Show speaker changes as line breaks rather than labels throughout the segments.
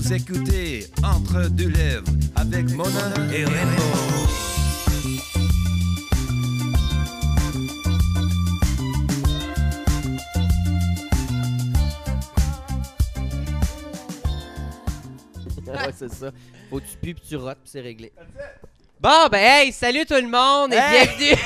s'écouter entre deux lèvres avec Mona et Rainbow.
ouais, c'est ça. Faut que tu pues, puis tu rotes, puis c'est réglé.
Bon, ben, hey, salut tout le monde et
Hey!
bienvenue.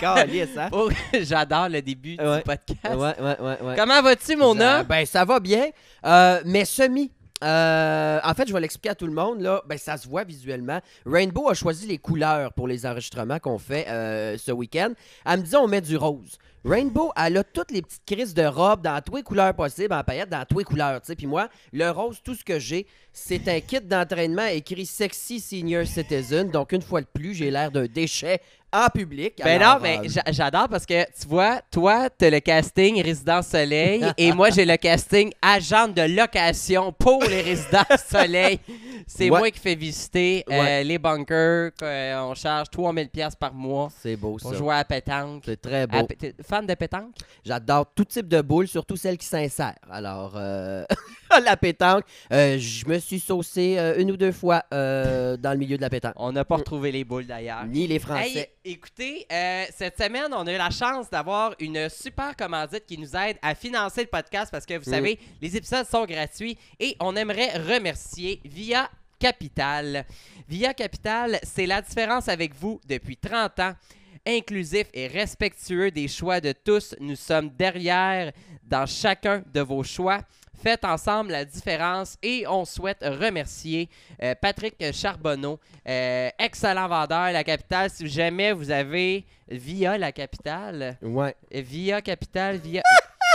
Calisse, hein?
Oh, J'adore le début
Ouais.
du podcast.
Ouais, ouais, ouais, ouais.
Comment vas-tu, mon
Ça-
homme?
Ben, ça va bien, euh, mais semi. Euh, en fait, je vais l'expliquer à tout le monde. Là, ben, ça se voit visuellement. Rainbow a choisi les couleurs pour les enregistrements qu'on fait euh, ce week-end. Elle me dit on met du rose. Rainbow, elle a toutes les petites crises de robe dans toutes les couleurs possibles, en paillettes, dans toutes les couleurs. tu sais. Puis moi, le rose, tout ce que j'ai, c'est un kit d'entraînement écrit Sexy Senior Citizen. Donc, une fois de plus, j'ai l'air d'un déchet en public.
Ben
Alors,
non, mais
euh,
j'a- j'adore parce que tu vois, toi, t'as le casting Résident Soleil et moi, j'ai le casting agent de location pour les résidents Soleil. C'est
Ouais.
moi qui fais visiter euh,
Ouais.
les bunkers. qu'on- on charge 3000$ piastres par mois
c'est beau ça.
pour jouer à la pétanque.
C'est très beau.
À pé- t'es fan de pétanque?
J'adore tout type de boules, surtout celles qui s'insèrent. Alors, euh, la pétanque, euh, je me suis saucé euh, une ou deux fois euh, dans le milieu de la pétanque.
On n'a pas retrouvé les boules d'ailleurs.
Ni les Français.
Hey, écoutez, euh, cette semaine, on a eu la chance d'avoir une super commandite qui nous aide à financer le podcast parce que vous
Mm.
savez, les épisodes sont gratuits et on aimerait remercier Via Capital. Via Capital, c'est la différence avec vous depuis 30 ans. Inclusif et respectueux des choix de tous, nous sommes derrière dans chacun de vos choix. Faites ensemble la différence et on souhaite remercier euh, Patrick Charbonneau, euh, excellent vendeur à la capitale. Si jamais vous avez via la capitale,
Ouais.
via capitale, via.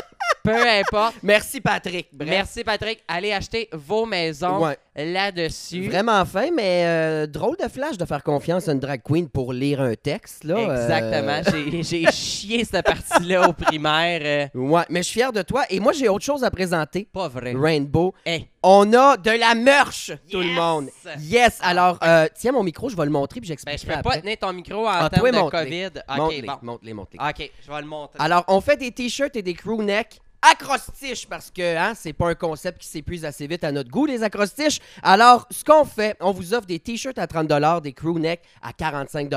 Peu importe.
Merci Patrick.
Merci Patrick. Allez acheter vos maisons
Ouais.
là-dessus.
Vraiment fin, mais euh, drôle de flash de faire confiance à une drag queen pour lire un texte. Là, euh,
Exactement. J'ai- J'ai chié cette partie-là au primaire. euh,
Ouais, mais je suis fier de toi. Et moi, j'ai autre chose à présenter.
pas vrai.
Rainbow,
Hey,
on a de la merch, tout le
Yes! Ah.
monde. Yes. Alors, euh, tiens mon micro, je vais le montrer puis
ben,
j'explique.
je peux pas tenir ton micro en
Ah,
termes
toi,
de
montre-les.
COVID. Ok,
Montre-les,
bon.
montre-les, montre-les.
Ok, je vais le montrer.
Ah. Alors, on fait des t-shirts et des crewnecks acrostiches parce que hein, c'est pas un concept qui s'épuise assez vite à notre goût, les acrostiches. Alors, ce qu'on fait, on vous offre des t-shirts à 30 des crewnecks à 45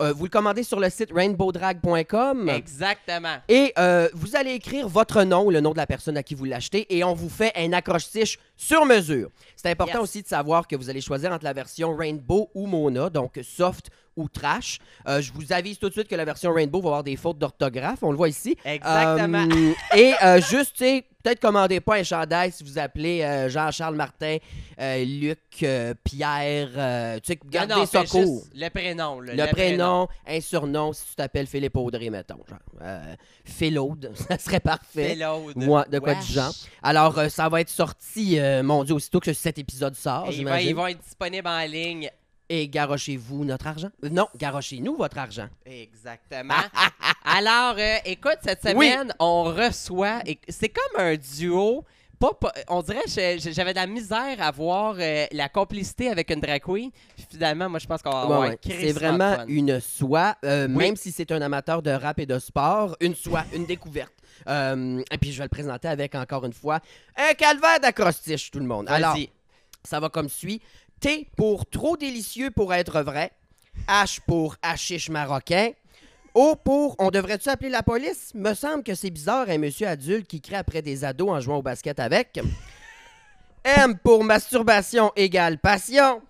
Euh, Vous le commandez sur le site rainbowdrag.com.
Exactement.
Et euh, vous allez écrire votre nom ou le nom de la personne à qui vous l'achetez et on vous fait un accroche-tiche sur mesure. C'est important
Yes.
aussi de savoir que vous allez choisir entre la version Rainbow ou Mona, donc soft ou trash. Euh, je vous avise tout de suite que la version Rainbow va avoir des fautes d'orthographe, on le voit ici.
Exactement.
Euh, et euh, juste, tu sais, peut-être commandez pas un chandail si vous appelez euh, Jean-Charles Martin, euh, Luc, euh, Pierre, euh, tu sais,
Non,
gardez
Ah non,
ça
fais juste
court.
Le prénom. là,
Le, prénom, un surnom, si tu t'appelles Philippe Audrey, mettons. Genre, euh, Philaude, ça serait parfait.
Pélode.
Ouais, de quoi
Wesh.
du genre. Alors, euh, ça va être sorti, euh, mon Dieu, aussitôt que cet épisode sort,
Et ben, ils, vont, ils
Ah, j'imagine.
vont être disponibles en ligne.
Et garochez-vous notre argent. Euh, Non, garochez-nous votre argent.
Exactement. Alors, euh, écoute, cette semaine, on reçoit. et C'est comme un duo. Pas, po- on dirait que je- j'avais de la misère à voir euh, la complicité avec une drag queen. Finalement, moi, je pense qu'on va avoir
Ouais, ouais.
un
C'est
crissement de
vraiment
fun.
une soie, euh,
Oui.
même si c'est un amateur de rap et de sport, une soie, une découverte. Euh, et puis, je vais le présenter avec, encore une fois, un calvaire d'acrostiche, tout le monde. Alors,
Vas-y.
Ça va comme suit. T pour trop délicieux pour être vrai. H pour hachiche marocain. O pour on devrait-tu appeler la police? Me semble que c'est bizarre un monsieur adulte qui crée après des ados en jouant au basket avec. M pour masturbation égale passion.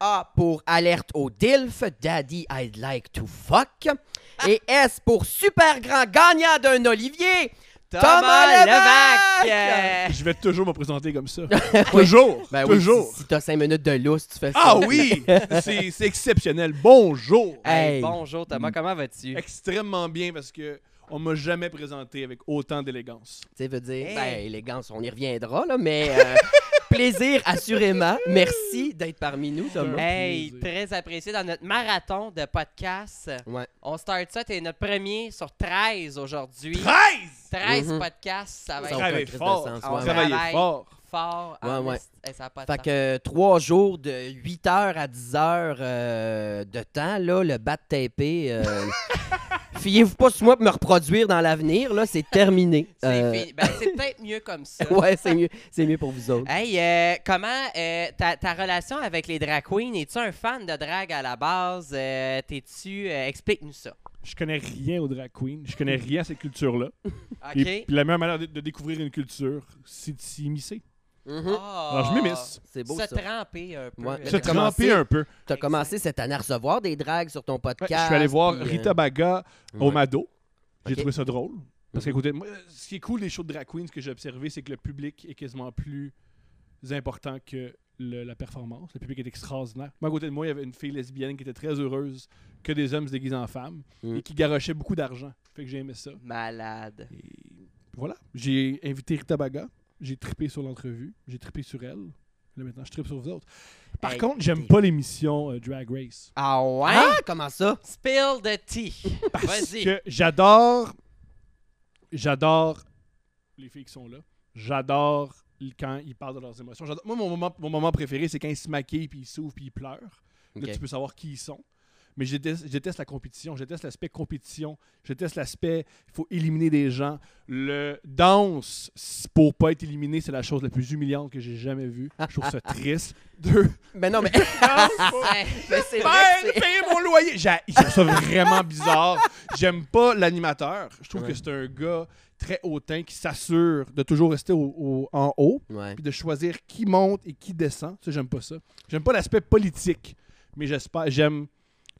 A pour alerte au DILF, Daddy I'd like to fuck.
Ah.
Et S pour super grand gagnant d'un Olivier, Thomas, Levac!
Levac!
Je vais toujours me présenter comme ça. toujours.
Ben oui,
toujours.
si, si t'as 5 minutes de lousse, tu fais ça.
ah oui, c'est c'est exceptionnel. Bonjour.
Hey,
Hey. Mm.
bonjour, Thomas, comment vas-tu?
Extrêmement bien parce que on m'a jamais présenté avec autant d'élégance.
Tu sais, veut dire,
Hey.
ben, élégance, on y reviendra, là, mais euh, plaisir, assurément. Merci d'être parmi nous, Thomas.
Hey,
plaisir.
très apprécié dans notre marathon de podcast.
Ouais.
On start ça, t'es notre premier sur 13 aujourd'hui.
13!
13
Mhm.
podcasts, ça
Ça
va être
va.
Travaillez
Christ de
fort.
sens,
ouais, ouais.
Travaillez
Travaille.
fort.
fort. en
Ouais, ouais.
esti. Eh, ça a pas de
Fait
sens.
que euh, trois jours de 8 heures à 10 heures euh, de temps, là, le bat tapé. euh, Fiez-vous pas sur moi pour me reproduire dans l'avenir, là, c'est terminé.
C'est
Euh,
fini. Ben, c'est peut-être mieux comme ça.
ouais, c'est mieux, c'est mieux pour vous autres.
Hey, euh, comment euh, ta, ta relation avec les drag queens? Es-tu un fan de drag à la base? Euh, T'es-tu. euh, Explique-nous ça.
Je connais rien aux drag queens. Je connais rien à cette culture-là.
OK?
Et puis la meilleure manière de, de découvrir une culture, c'est de s'y immiscer.
Mhm.
Alors, hein, je m'immisce.
C'est beau
Ah, se
ça.
tremper un peu.
Ouais.
euh,
Mais
Se
t'as commencé-
tremper un peu.
T'as commencé cette année à recevoir des dragues sur ton
Ouais,
podcast.
je suis allé voir
puis, euh,
Rita Baga au
ouais.
Mado. J'ai
Ok. Mhm.
trouvé ça drôle. Parce qu'à côté de moi, ce qui est cool des shows de drag queens, ce que j'ai observé, c'est que le public est quasiment plus important que le- la performance. Le public est extraordinaire. Moi, à côté de moi, il y avait une fille lesbienne qui était très heureuse que des hommes se déguisent en femmes
Mm.
et qui garochait beaucoup d'argent. Fait que j'ai aimé ça.
Malade.
Et voilà. J'ai invité Rita Baga. J'ai trippé sur l'entrevue. J'ai trippé sur elle. Là, maintenant, je trippe sur vous autres. Par
Hey,
contre, j'aime
t'es-
pas l'émission euh, Drag Race.
Ah ouais?
Hein?
Ah, comment ça?
Spill the tea.
Parce
Vas-y.
que j'adore. J'adore les filles qui sont là. J'adore l- quand ils parlent de leurs émotions. J'adore- Moi, mon moment, mon moment préféré, c'est quand ils se maquillent, puis ils s'ouvrent, puis ils pleurent. Là,
Ok.
tu peux savoir qui ils sont. Mais je déteste, je déteste la compétition. Je déteste l'aspect compétition. Je déteste l'aspect il faut éliminer des gens. Le danse s- pour pas être éliminé, c'est la chose la plus humiliante que j'ai jamais vue. Je trouve ça triste. Deux.
Mais non, mais,
Danse pour-
Ouais.
mais c'est vrai que
J'espère
c'est-
Ben, payer mon loyer. J'ai- Je trouve ça vraiment bizarre. J'aime pas l'animateur. Je trouve
Ouais.
que c'est un gars très hautain qui s'assure de toujours rester au- au- en haut
Ouais.
puis de choisir qui monte et qui descend. Ça, j'aime pas ça. J'aime pas l'aspect politique, mais j'espère j'aime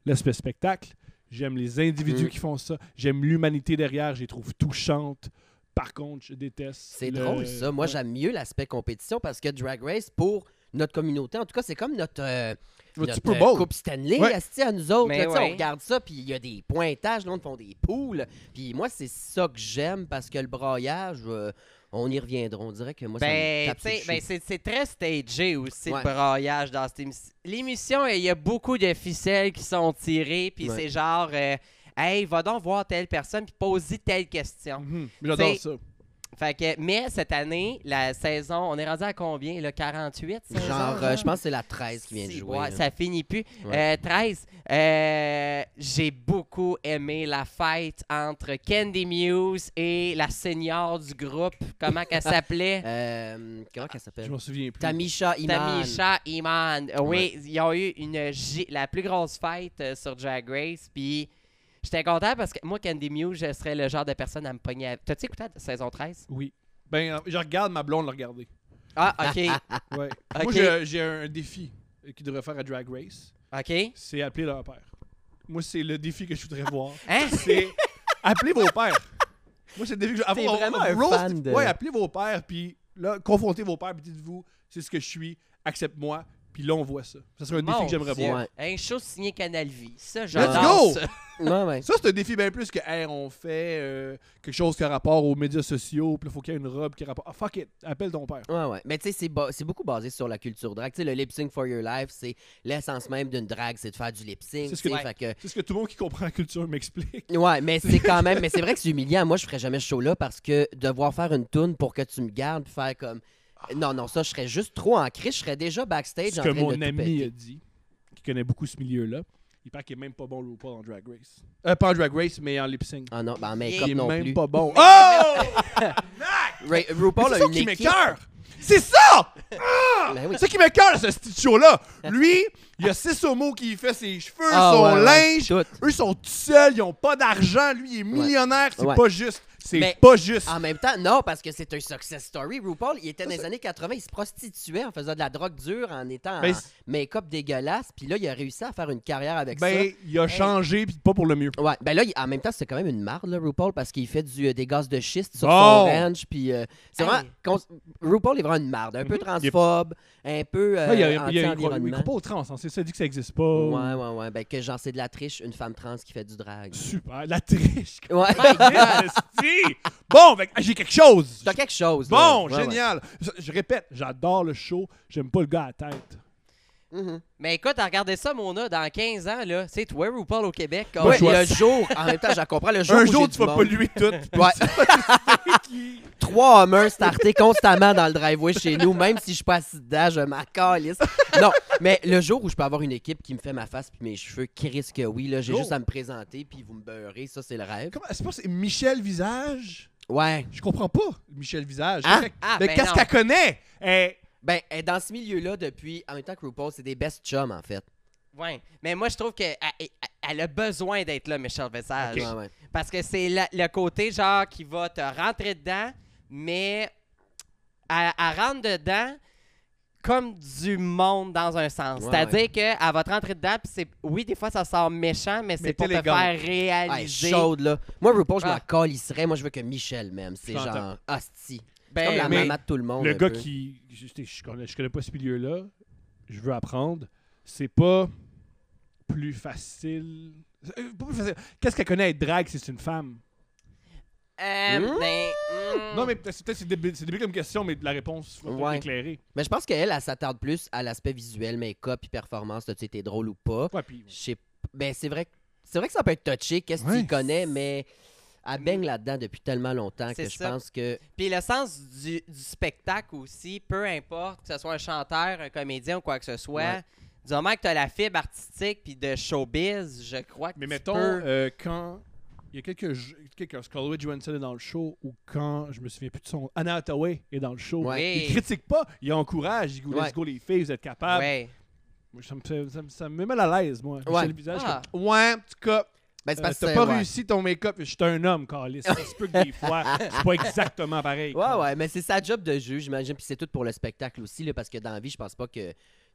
l'aspect spectacle. J'aime les individus
Mm.
qui font ça. J'aime l'humanité derrière. Je les trouve touchantes. Par contre, je déteste.
C'est
le-
drôle, ça. Moi,
Ouais.
j'aime mieux l'aspect compétition parce que Drag Race, pour notre communauté, en tout cas, c'est comme notre, euh,
Le
notre,
Super
euh,
Bowl.
Coupe Stanley
Ouais.
asti, à nous autres.
Mais
là, tu sais,
ouais.
On regarde ça, puis il y a des pointages, là, on font des poules. Puis moi, c'est ça que j'aime parce que le braillage, euh, on y reviendra. On dirait que moi, ça
Ben,
me tape
tu sais,
sur le
ben
chou.
c'est c'est très stagé aussi
Ouais.
le braillage dans cette émission. L'émission, il y a beaucoup de ficelles qui sont tirées, puis
Ouais.
c'est genre, euh, hey, va donc voir telle personne, puis pose-y telle question.
Mhm. J'adore
C'est-
ça.
Fait que, mais cette année, la saison, on est rendu à combien, là, 48? saison,
Genre, euh,
là?
je pense que c'est la 13 qui vient de
Si,
jouer.
ouais,
là.
ça finit plus.
Ouais.
Euh, 13, euh, j'ai beaucoup aimé la fête entre Candy Muse et la senior du groupe. Comment qu'elle s'appelait?
Euh, comment qu'elle
Je
s'appelle?
m'en souviens plus.
Tamisha Iman.
Tamisha Iman. Euh, Oui,
Ouais.
ils ont eu une gi- la plus grosse fête euh, sur Drag Race. Puis j'étais content parce que moi, Candy Muse, je serais le genre de personne à me pogner. avec- T'as-tu écouté la saison 13?
Oui. Ben, euh, je regarde ma blonde le regarder.
Ah, OK.
Ouais.
Ok.
Moi, j'ai- j'ai un défi qu'ils devraient faire à Drag Race.
OK.
C'est appeler leur père. Moi, c'est le défi que je voudrais voir.
Hein?
C'est appeler vos pères. Moi, c'est le défi que je
T'es
on-
vraiment
on
un
roast-
fan de-
Ouais, appelez vos pères, puis là, confrontez vos pères, puis dites-vous, c'est ce que je suis, accepte-moi, puis là, on voit ça. Ça serait un défi
Mon
que j'aimerais
Dieu.
voir.
Ouais.
Un show signé Canal Vie. Ça,
go!
j'adore ça.
Ouais, ouais.
Ça, c'est un défi bien plus que, hey, on fait euh, quelque chose qui a rapport aux médias sociaux, puis là, faut qu'il y ait une robe qui a rapport. Ah, fuck it, appelle ton père.
Ouais, ouais. Mais tu sais, c'est ba- c'est beaucoup basé sur la culture drag. Tu sais, le lip sync for your life, c'est l'essence même d'une drag, c'est de faire du lip sync.
C'est ce
tu
que-
sais,
Ouais.
fait que-
C'est ce que tout le monde qui comprend la culture m'explique.
Ouais, mais c'est quand même. Mais c'est vrai que c'est humiliant. Moi, je ferais jamais ce show-là parce que devoir faire une toune pour que tu me gardes, puis faire comme. Non, non, ça, je serais juste trop en crise. Je serais déjà backstage
ce
en
que
train de
mon
tout
ami a
péter.
dit, qui connaît beaucoup ce milieu-là, il paraît qu'il est même pas bon RuPaul en Drag Race. Euh, pas en Drag Race, mais en lip sync.
Ah non, ben, mais
Il
comme
il est
non
même
plus. Ah!
pas bon. Oh!
Ray- RuPaul
c'est
a
ça
une
qui
équipe.
m'écoeure! C'est ça!
Ben oui.
C'est ça qui m'écoeure, ce petit show-là! Lui, il y a six homos qui fait ses cheveux,
Ah,
son
ouais, ouais,
linge.
tout.
Eux sont tout seuls, ils ont pas d'argent. Lui, il est millionnaire. C'est
Ouais.
pas juste. C'est
Mais-
pas juste.
En même temps, non, parce que c'est un success story. RuPaul, il était dans les années 80, il se prostituait en faisant de la drogue dure, en étant
Ben,
en
c'est-
make-up dégueulasse. Puis là, il a réussi à faire une carrière avec ça.
ben, il a changé, puis pas pour le mieux.
Ouais, ben là, il- en même temps, c'est quand même une marde, là, RuPaul, parce qu'il fait du, euh, des gaz de schiste sur
Bon.
son ranch, puis euh, c'est
Hey.
vraiment... cons- RuPaul est vraiment une marde, un peu transphobe, un peu euh,
Mhm. Ouais, il y a- il y a- il y a- il croit il
anti-environnement.
croit pas aux trans, hein. c'est ça, il dit que ça existe pas.
Ouais, ouais, ouais, ben que genre, c'est de la triche, une femme trans qui fait du drag.
Super, la triche.
Ouais,
Yes, esti. bon, ben, j'ai quelque chose.
t'as quelque chose. là.
Bon,
Ouais, ouais.
génial. Je, je répète, j'adore le show. J'aime pas le gars à la tête.
Mhm.
Mais écoute, à regarder ça, Mona, dans 15 ans, là, c'est toi, RuPaul, au Québec.
Pas
comme-
Ouais,
le choix.
le jour, en même temps, j'en comprends, le jour.
Un
où
jour,
j'ai
tu
du
vas
monde.
polluer tout.
Ouais. Trois hommes startés constamment dans le driveway chez nous, même si je suis pas assis dedans, je m'en calisse. Non, mais le jour où je peux avoir une équipe qui me fait ma face puis mes cheveux, Chris que oui, là, j'ai
Go.
juste à me présenter puis vous me beurrez, ça c'est le rêve.
Comment- C'est pas c'est Michel Visage?
Ouais.
Je comprends pas, Michel Visage.
Hein?
Mais-
Ah,
mais
ben
qu'est-ce
non.
qu'elle connaît? Eh,
Ben, elle est dans ce milieu-là depuis, en même temps que RuPaul, c'est des best chums en fait.
Ouais. Mais moi, je trouve qu'elle elle a besoin d'être là, Michel
Ah,
Vessage.
Ouais, ouais.
Parce que c'est la- le côté, genre, qui va te rentrer dedans, mais elle, elle rentre dedans comme du monde dans un sens.
Ouais,
C'est-à-dire qu'elle va te rentrer dedans, puis c'est... Oui, des fois, ça sort méchant, mais
Mais
c'est pour te
élégante.
faire
Ouais,
réaliser...
chaude là. Moi, RuPaul, je m'en
Ah.
calisserais. Moi, je veux que Michel même. C'est
J'entends. Eh,
genre hostie.
Ben,
Comme la
mais
maman de tout le monde.
le
un
gars
peu.
qui. Je, je- je connais, je connais pas ce milieu-là. Je veux apprendre. C'est pas plus facile. euh, pas plus facile. Qu'est-ce qu'elle connaît être drague si c'est une femme?
euh,
Mmh.
ben, mmh.
Non, mais peut-être c'est peut-être c'est débile, c'est débile comme question, mais la réponse va
Ouais.
éclairée.
Mais je pense qu'elle, elle s'attarde plus à l'aspect visuel, make-up puis performance. là, Tu sais, t'es drôle ou pas.
Ouais, puis-
Je sais p- Ben, c'est vrai, que- c'est vrai que ça peut être touché, qu'est-ce que
Ouais.
tu connais, mais elle baigne là-dedans depuis tellement longtemps que
C'est
je
ça.
pense que.
Puis le sens du, du spectacle aussi, peu importe que ce soit un chanteur, un comédien ou quoi que ce soit,
Ouais.
du moment que tu as la fibre artistique puis de showbiz, je crois que
Mais
tu
mettons,
peux-
euh, quand il y a quelques, ju- quelques Scarlett Johansson est dans le show ou quand, je me souviens plus de son, Anna Hathaway est dans le show,
Ouais.
il critique pas, il encourage, il dit «
Ouais.
Let's go les filles, vous êtes capables
Ouais.
Moi, Ça me, fait- ça me- ça me met mal à l'aise, moi.
Ouais.
Michel Visage,
Ah.
comme, ouais, en tout cas,
Ben,
euh,
c'est parce que
t'as
c'est-
pas
ouais.
réussi ton make-up, je suis un homme, Carlis. Ça se peut que des fois, c'est pas exactement
Ouais,
pareil. quoi.
ouais, mais c'est sa job de juge, j'imagine. Puis c'est tout pour le spectacle aussi, là, parce que dans la vie, je pense pas que.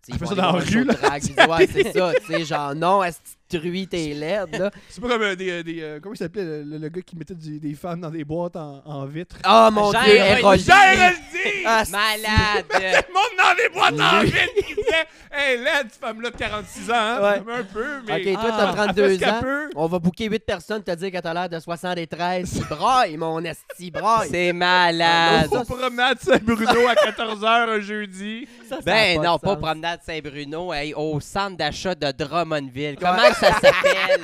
Elle
Tu
fait Ah, ça dans la rue, là.
Ouais, c'est ça. Tu sais, genre, non, est-ce que tu truies tes LED, là?
C'est pas comme euh, des, euh, des, euh, comment il s'appelait, le, le- le gars qui mettait du- des femmes dans des boîtes en, en vitre.
Oh mon
Jean
dieu,
Héroldi.
Héroldi.
Jean Héroldi!
Ah, c'est-
Malade!
Monde dans des boîtes en
Lui.
vitre qui disait Hey, là, cette femme-là de 46 ans, hein,
Ouais.
ça me met un peu, mais.
Ok, toi, t'as
Ah,
elle fait ce
32
qu'elle
ans.
peut.
On va booker 8 personnes, te dire que t'as l'air de 73. Braille, mon esti, braille.
C'est
Ah,
malade!
Aux promenades Saint-Bruno à 14h un jeudi.
Ça, ça a
Ben
de
non, pas
sens.
promenade Saint-Bruno, hey, au centre d'achat de Drummondville. Comment que ça s'appelle?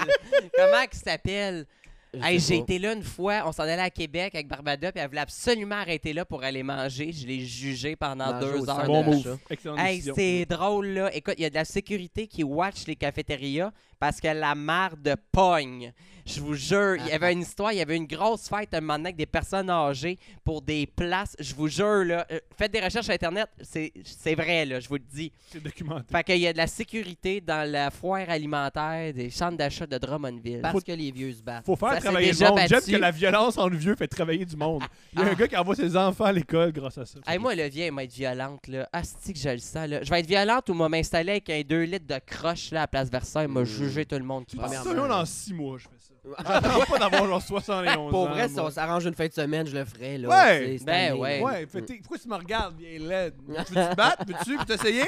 Comment que ça s'appelle?
Je
Hey,
sais
j'ai
pas.
été là une fois, on s'en allait à Québec avec Barbada, puis elle voulait absolument arrêter là pour aller manger. Je l'ai jugé pendant
Manger au
deux heures.
centre
Bon
de-
d'achat.
move. Excellent.
Hey, c'est drôle là. Écoute, il y a de la sécurité qui watch les cafétérias parce que la mare de pogne. Je vous jure, il y avait une histoire, il y avait une grosse fête un moment donné avec des personnes âgées pour des places. Je vous jure là, euh, faites des recherches sur internet, c'est c'est vrai là, je vous le dis.
C'est documenté.
Fait qu'il y a de la sécurité dans la foire alimentaire des centres d'achat de Drummondville.
Parce que les vieux se battent.
Faut faire
Ça, c'est
travailler le
déjà
monde. J'aime
battu.
que la violence entre vieux fait travailler du monde. Il y a un
Ah.
gars qui envoie ses enfants à l'école grâce à ça.
Hey, moi, le vieil, elle m'a être violente, là. Asti que je le sens, là. Je vais être violente ou moi m'installer avec un 2 litres de croche, là, à Place Versailles. m'a
Mm.
jugé tout le monde qui
Mmh. Tu dis
Premièrement,
passe.
ça, là,
là.
dans 6 mois, je fais ça. J'attends pas d'avoir genre 71
Pour
ans.
vrai, si
moi.
on s'arrange une fin de semaine, je le ferais. Là,
Ouais.
tu sais, cette
Ben
année,
ouais.
là.
Ouais, fait, t'es- pourquoi tu me regardes, vieille laide? Veux-tu te battre? Veux-tu? Veux-tu essayer?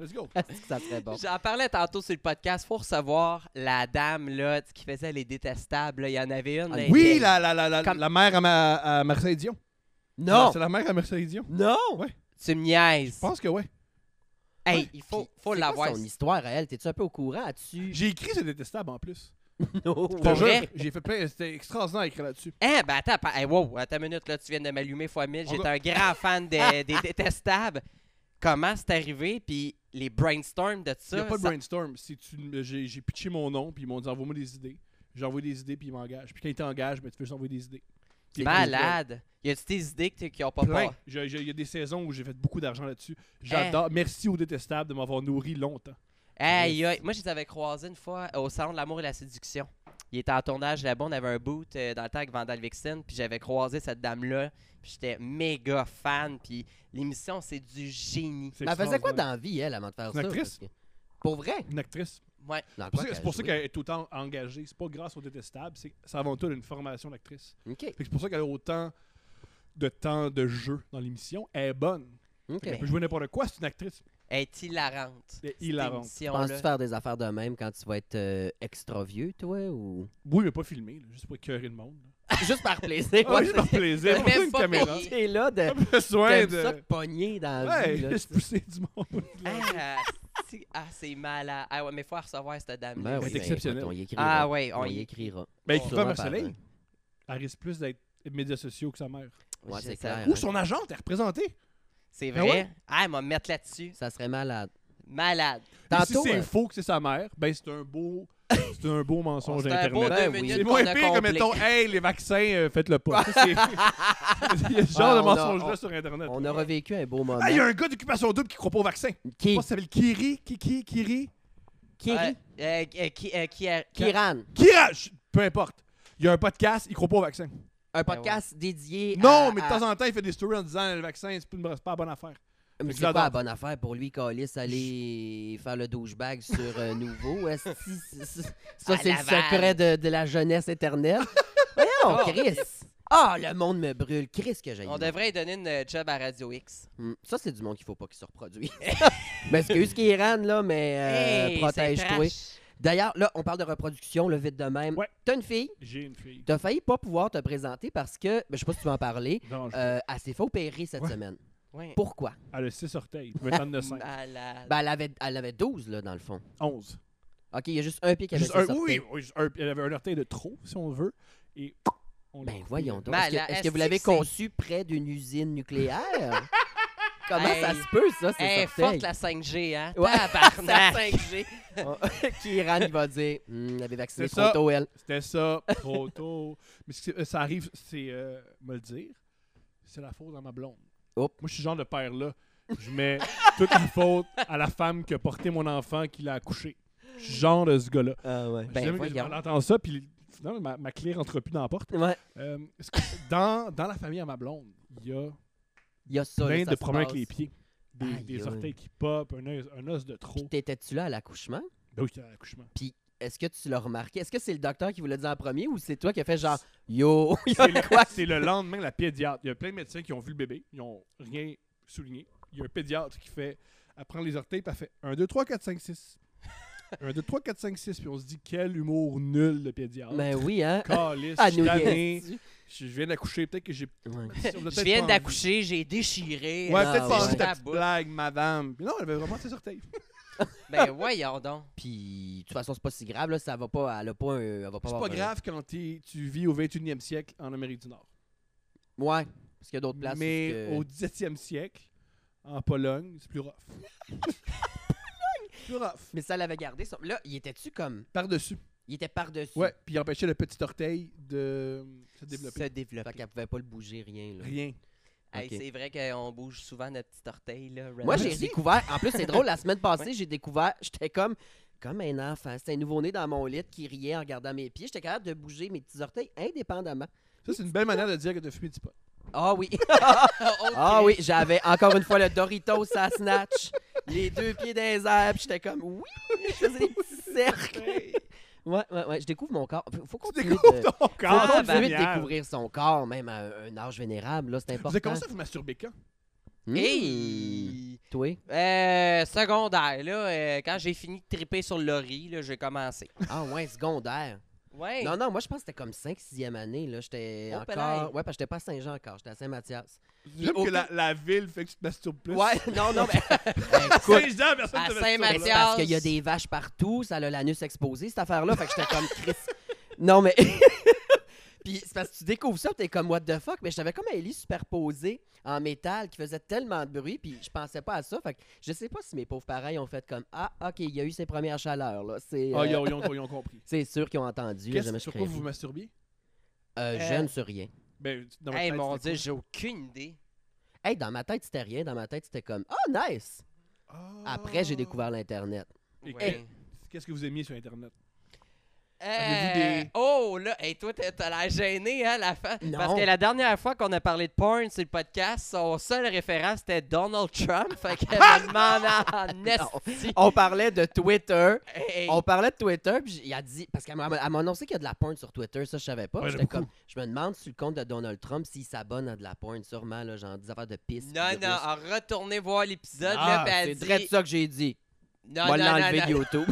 Let's go.
Est-ce que ça serait bon?
J'en parlais tantôt sur le podcast. Faut recevoir la dame, là, qui faisait les détestables. là. Il y en avait une.
Ah,
là,
Oui,
elle-
la, la, la, la,
Comme-
la mère à, ma- à Marseille Dion.
Non!
C'est la mère à Marseille Dion.
Non!
Tu me niaises.
Je pense que ouais.
Hey, il faut, faut
C'est quoi
l'avoir.
son histoire à elle? T'es-tu un peu au courant? As-tu.
J'ai écrit ce détestable en plus.
Non.
Je te
Pour
jure,
vrai?
J'ai fait plein. C'était extraordinaire à écrire là-dessus.
Eh, ben attends, pa- hey, wow, attends une minute, là, tu viens de m'allumer fois mille.
On
J'étais
va-
un grand fan des, des détestables. Comment c'est arrivé? Puis les brainstorms de
Il
ça.
n'y a pas de
ça-
brainstorm. Si tu- J'ai j'ai pitché mon nom, puis ils m'ont dit envoie-moi des idées. J'ai envoyé des idées, puis ils m'engagent. Puis quand ils t'engagent, ben, tu fais juste envoyer des idées.
C'est malade. Y a-tu des idées que t'es- qui ont pas
Plein.
peur?
J'ai- j'ai- Il y a des saisons où j'ai fait beaucoup d'argent là-dessus. J'adore. Merci aux détestables de m'avoir nourri longtemps.
Aïe, aïe. Moi, je les avais croisés une fois au Salon de l'amour et la séduction. Il était en tournage là-bas, on avait un boot euh, dans le temps avec Vandal Vixen, puis j'avais croisé cette dame-là, puis j'étais méga fan, puis l'émission, c'est du génie.
C'est
Mais elle faisait quoi
extraordinaire.
dans la vie, elle, avant de faire
C'est une
ça?
actrice.
parce que- Pour vrai?
Une actrice.
Ouais.
Dans
C'est pour
quoi
ça que- C'est
qu'elle
pour ça
jouait?
qu'elle est autant engagée. C'est pas grâce au détestable, c'est c'est avant tout une formation d'actrice.
Ok.
Fait que C'est pour ça qu'elle a autant de temps de jeu dans l'émission. Elle est bonne.
Ok.
Elle peut jouer n'importe quoi, c'est une actrice.
Elle est hilarante.
Elle est
cette
hilarante.
émission-là.
Penses-tu faire des affaires de même quand tu vas être euh, extra vieux, toi? ou...
Oui, mais pas filmée, là, juste pour écœurer le monde. là.
Juste par plaisir.
Ah, juste par plaisir,
Même
pas besoin d'une
pas
caméra.
payé.
T'es là de.
Pas besoin
T'aimes ça de
de.
pogner dans la vie.
Ouais,
là,
Ben, juste pousser du monde.
Ah, si- Ah, c'est malade. Ah ouais, mais faut la recevoir cette dame.
oui, c'est exceptionnel.
Ben écoute, on y écrira.
Ah ouais, on
on
y
y
est.
écrira.
Ben,
Oh,
qui
sûrement
fait
pas,
soleil,
hein.
elle risque plus d'être médias sociaux que sa mère.
Ouais,
Je
c'est
sais.
clair.
Ou
hein.
son agent, t'es représenté.
C'est
Ah
vrai? Ah,
ouais?
elle m'a mettre là-dessus.
Ça serait malade.
Malade.
Et Si
Tantôt,
c'est
euh,
faux que c'est sa mère, ben c'est un beau, c'est un beau mensonge
C'est un beau
internet.
deux
Ben oui.
minutes
C'est
qu'on
moins
a
pire que
complet.
mettons, hey les vaccins, euh, faites-le pas. Ça, c'est- Il y a ce genre
Ouais,
de
on a-
mensonge là
on-
sur internet.
on aura vécu un beau moment.
Ah, il y a un gars d'occupation double qui croit pas au vaccin. Je
Qui?
pense que ça s'appelle Kiri, Kiki, Kiri.
Kiri? Ben
Euh, euh, euh, qui, euh, qui a-
Kiran.
Kira, je- peu importe. Il y a un podcast, il croit pas au vaccin.
Ben
Un podcast dédié à...
Non, mais de
à-
temps en temps, il fait des stories en disant le vaccin, c'est pas une, c'est pas la bonne affaire.
Mais
Fait que
c'est
j'adore.
pas la bonne affaire pour lui, Calis, aller faire le douchebag sur euh, Nouveau. Esti, c- c- Ça,
À
c'est le
Laval.
secret de, de la jeunesse éternelle. Voyons,
Oh.
Chris. Ah, le monde me brûle. Chris que j'ai. Hmm.
On devrait lui donner une euh, job à Radio X.
Ça, c'est du monde qu'il faut pas qu'il se reproduise. M'excuse, Kiran, là, mais euh,
Hey, c'est
protège-toi.
trash.
D'ailleurs, là, on parle de reproduction, le vite de même.
Ouais.
T'as une fille,
J'ai une fille.
t'as failli pas pouvoir te présenter parce que, ben, je sais pas si tu vas en parler,
Non, je-
euh, elle s'est fait opérer cette
Ouais.
semaine.
Ouais. Ah
Pourquoi?
Elle a 6 orteils. Maintenant, elle en a 5.
Malade.
Ben, elle avait, elle avait 12, là, dans le fond.
11.
OK, il y a juste un pied qui avait
Juste
été
un-
sorti.
oui, oui, juste un- elle avait un orteil de trop, si on veut. Et on l'a
Ben
coupé.
voyons donc.
Ben,
Est-ce
la
que, est-ce que vous
STIC,
l'avez
c'est-
conçu près d'une usine nucléaire? Comment
Hey.
ça se peut, ça,
Hey,
c'est
forte la 5G, hein?
Ouais.
Tabarnak.
Kiran, il va dire, Hum, elle avait vacciné
C'est
trop
ça.
tôt, elle.
C'était ça, trop tôt. Mais ce qui- ça arrive, c'est euh, me le dire, c'est la faute à ma blonde.
Oups.
Moi, je suis le genre de père-là. Je mets toute la faute à la femme qui a porté mon enfant, qui l'a accouché. Je suis le genre de ce gars-là.
Ah ouais.
J'aime
Ben
que-
voyons.
on entend ça, puis finalement, ma, ma clé rentre plus dans la porte.
Ouais,
Euh, ce que- dans, dans la famille à ma blonde, il y a
il y a ça. là,
plein
ça
de
se
problèmes
passe.
avec les pieds. Des,
Aïe,
des
aïe.
orteils qui pop, un, os- un os de
Puis
trop.
t'étais-tu là à l'accouchement?
Ben oui, c'était à l'accouchement.
Est-ce que tu l'as remarqué? Est-ce que c'est le docteur qui vous l'a dit en premier ou c'est toi qui as fait genre, yo, il y a
C'est le-
quoi?
C'est le lendemain de la pédiatre. Il y a plein de médecins qui ont vu le bébé. Ils n'ont rien souligné. Il y a un pédiatre qui fait. Elle prend les orteils et elle fait 1, 2, 3, 4, 5, 6. 1, 2, 3, 4, 5, 6. Puis on se dit quel humour nul le pédiatre.
Ben oui, hein?
Calisse,
Ah,
je suis
nous,
tanné.
yes.
Je viens d'accoucher. Peut-être que j'ai.
Ouais.
Je viens d'accoucher, j'ai déchiré.
Ouais,
Ah,
peut-être
ouais.
pensé
Ta
ta petite
bouche.
blague, madame. Mais non, elle avait vraiment ses orteils.
Ben voyons donc.
Puis, de toute façon, c'est pas si grave, là, ça va pas, elle a pas un- elle va pas
C'est
avoir
pas
un-
grave quand t'es- tu vis au 21e siècle en Amérique du Nord.
Ouais, parce qu'il y a d'autres places. où
Mais
c'est que-
au 17e siècle, en Pologne, c'est plus rough. plus rough.
Mais ça l'avait gardé. ça. Là, il était-tu comme.
Par-dessus.
Il était par-dessus.
Ouais, puis il empêchait le petit orteil de se développer.
Se
Fait
développer.
qu'elle pouvait pas le bouger, rien. Là.
Rien.
Hey,
Ok.
C'est vrai qu'on bouge souvent notre petit orteil. Là,
Moi,
random.
j'ai découvert. En plus, c'est drôle, la semaine passée, j'ai découvert. J'étais comme. Comme un enfant. C'était un nouveau-né dans mon lit qui riait en regardant mes pieds. J'étais capable de bouger mes petits orteils indépendamment.
Ça, c'est une belle manière de dire que de fumer du pot.
Ah oui.
Ok.
Ah oui, j'avais encore une fois le Doritos à snatch. Les deux pieds dans les airs. Puis j'étais comme. Oui. Je faisais des petits cercles. Ouais, ouais, ouais. Je découvre mon corps. Faut
Tu
continuer
découvres
de.
ton
Faut
corps.
Ah,
continuer de
Daniel.
découvrir son corps, même à un âge vénérable, là, c'est important.
Vous avez commencé à vous masturber quand?
Mmh.
Hey!
Toi?
Euh, secondaire, là, euh, quand j'ai fini de triper sur le lorry, là, j'ai commencé.
Ah ouais, secondaire.
Ouais.
Non, non, moi je pense que c'était comme 5 6e année là, j'étais
Oh,
encore
pelaye.
Ouais, parce que j'étais pas à Saint-Jean encore, j'étais à Saint-Mathias.
J'aime
aucun-
que la, la ville fait que tu te masturbes plus.
Ouais, non non mais
Saint Jean, personne
à
mais
te masturbe.
c'est
Saint-Mathieu.
parce qu'il y a des vaches partout, ça a l'anus exposé cette affaire là, fait que j'étais comme Chris. Non mais Puis c'est parce que tu découvres ça, puis t'es comme what the fuck, mais j'avais comme un lit superposé en métal qui faisait tellement de bruit, puis je pensais pas à ça, fait que je sais pas si mes pauvres parents ils ont fait comme ah OK, il y a eu ses premières chaleurs là, c'est
Ah,
euh,
ils ont, ils ont- ils ont compris.
c'est sûr qu'ils ont entendu, là,
Qu'est-ce
jamais je
sur quoi
crèverais.
vous vous masturbiez?
Euh,
Euh,
jeune sur rien.
Ben, dans ma
Hey,
tête,
mon
c'était
Dieu, j'ai aucune idée.
Hey, dans ma tête, c'était rien. Dans ma tête, c'était comme Oh, nice!
quoi? Ah.
Après, j'ai découvert l'Internet.
Et
Ouais.
Qu'est-ce que vous aimiez sur Internet?
Euh,
Avez-vous des-
Oh là, hey, toi t'as t'as l'air gêné hein la fin.
Non.
Parce que la dernière fois qu'on a parlé de porn sur le podcast, son seul référent c'était Donald Trump. Fait qu'elle me demande en esti.
On parlait de Twitter.
Hey,
On parlait de Twitter, puis j- il a dit. Parce qu'elle m'a elle m'a annoncé qu'il y a de la porn sur Twitter, ça, je savais pas.
Ouais, il y en a
J'étais comme. Je me demande sur le compte de Donald Trump s'il s'abonne à de la porn, sûrement, là, genre des affaires de pisse. puis
Non,
de
non,
russe.
en retournez voir l'épisode, là,
Ah,
pis elle
C'est vrai de
dit...
ça que j'ai dit.
Non,
Moi,
non, non,
l'enlever
non.
de YouTube.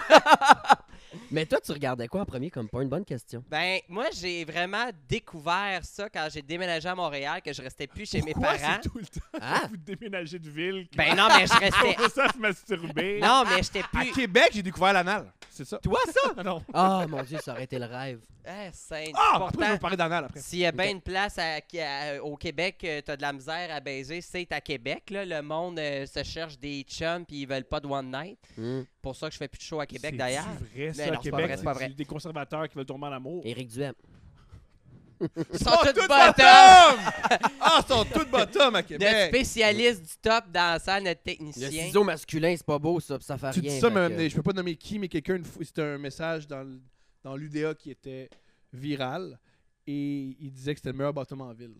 Mais toi, tu regardais quoi en premier comme pas une bonne question?
Ben, moi, j'ai vraiment découvert ça quand j'ai déménagé à Montréal, que je restais plus chez
Pourquoi
mes parents.
c'est tout le temps
Ah!
que vous déménagez de ville?
Ben non, mais je restais.
Qu'on ça se masturber.
non, mais j'étais
À
plus.
Québec, j'ai découvert l'anal.
Ah, C'est ça.
Toi, ça?
Ah, non.
Ah, mon Dieu, ça aurait été le rêve.
Ah, c'est
Ah! Après, je vais
pourtant.
vous parler d'anal après.
S'il y a bien
Ok.
une place à- qui- à- au Québec, euh, t'as de la misère à baiser, c'est à Québec. Là. Le monde euh, se cherche des chums puis ils veulent pas de one night.
Hmm.
Pour ça que je fais plus de show à Québec
C'est-tu
d'ailleurs.
vrai, ça,
non, c'est
à
pas
Québec,
vrai, c'est pas
c'est
vrai.
des conservateurs qui veulent tomber en amour.
Éric Duhem.
Ils sont
Oh,
tous
tout
bottom.
bottom! Ah, ils sont tous bottom à
Notre
Québec.
spécialiste du top dans la salle, notre
Le
technicien.
ciseau masculin, c'est pas beau, ça, pis ça fait
Tu
rien.
dis ça,
fait
mais
que-
je peux pas nommer qui, mais quelqu'un, une fois- c'était un message dans, l- dans l'UDA qui était viral et il disait que c'était le meilleur bottom en ville.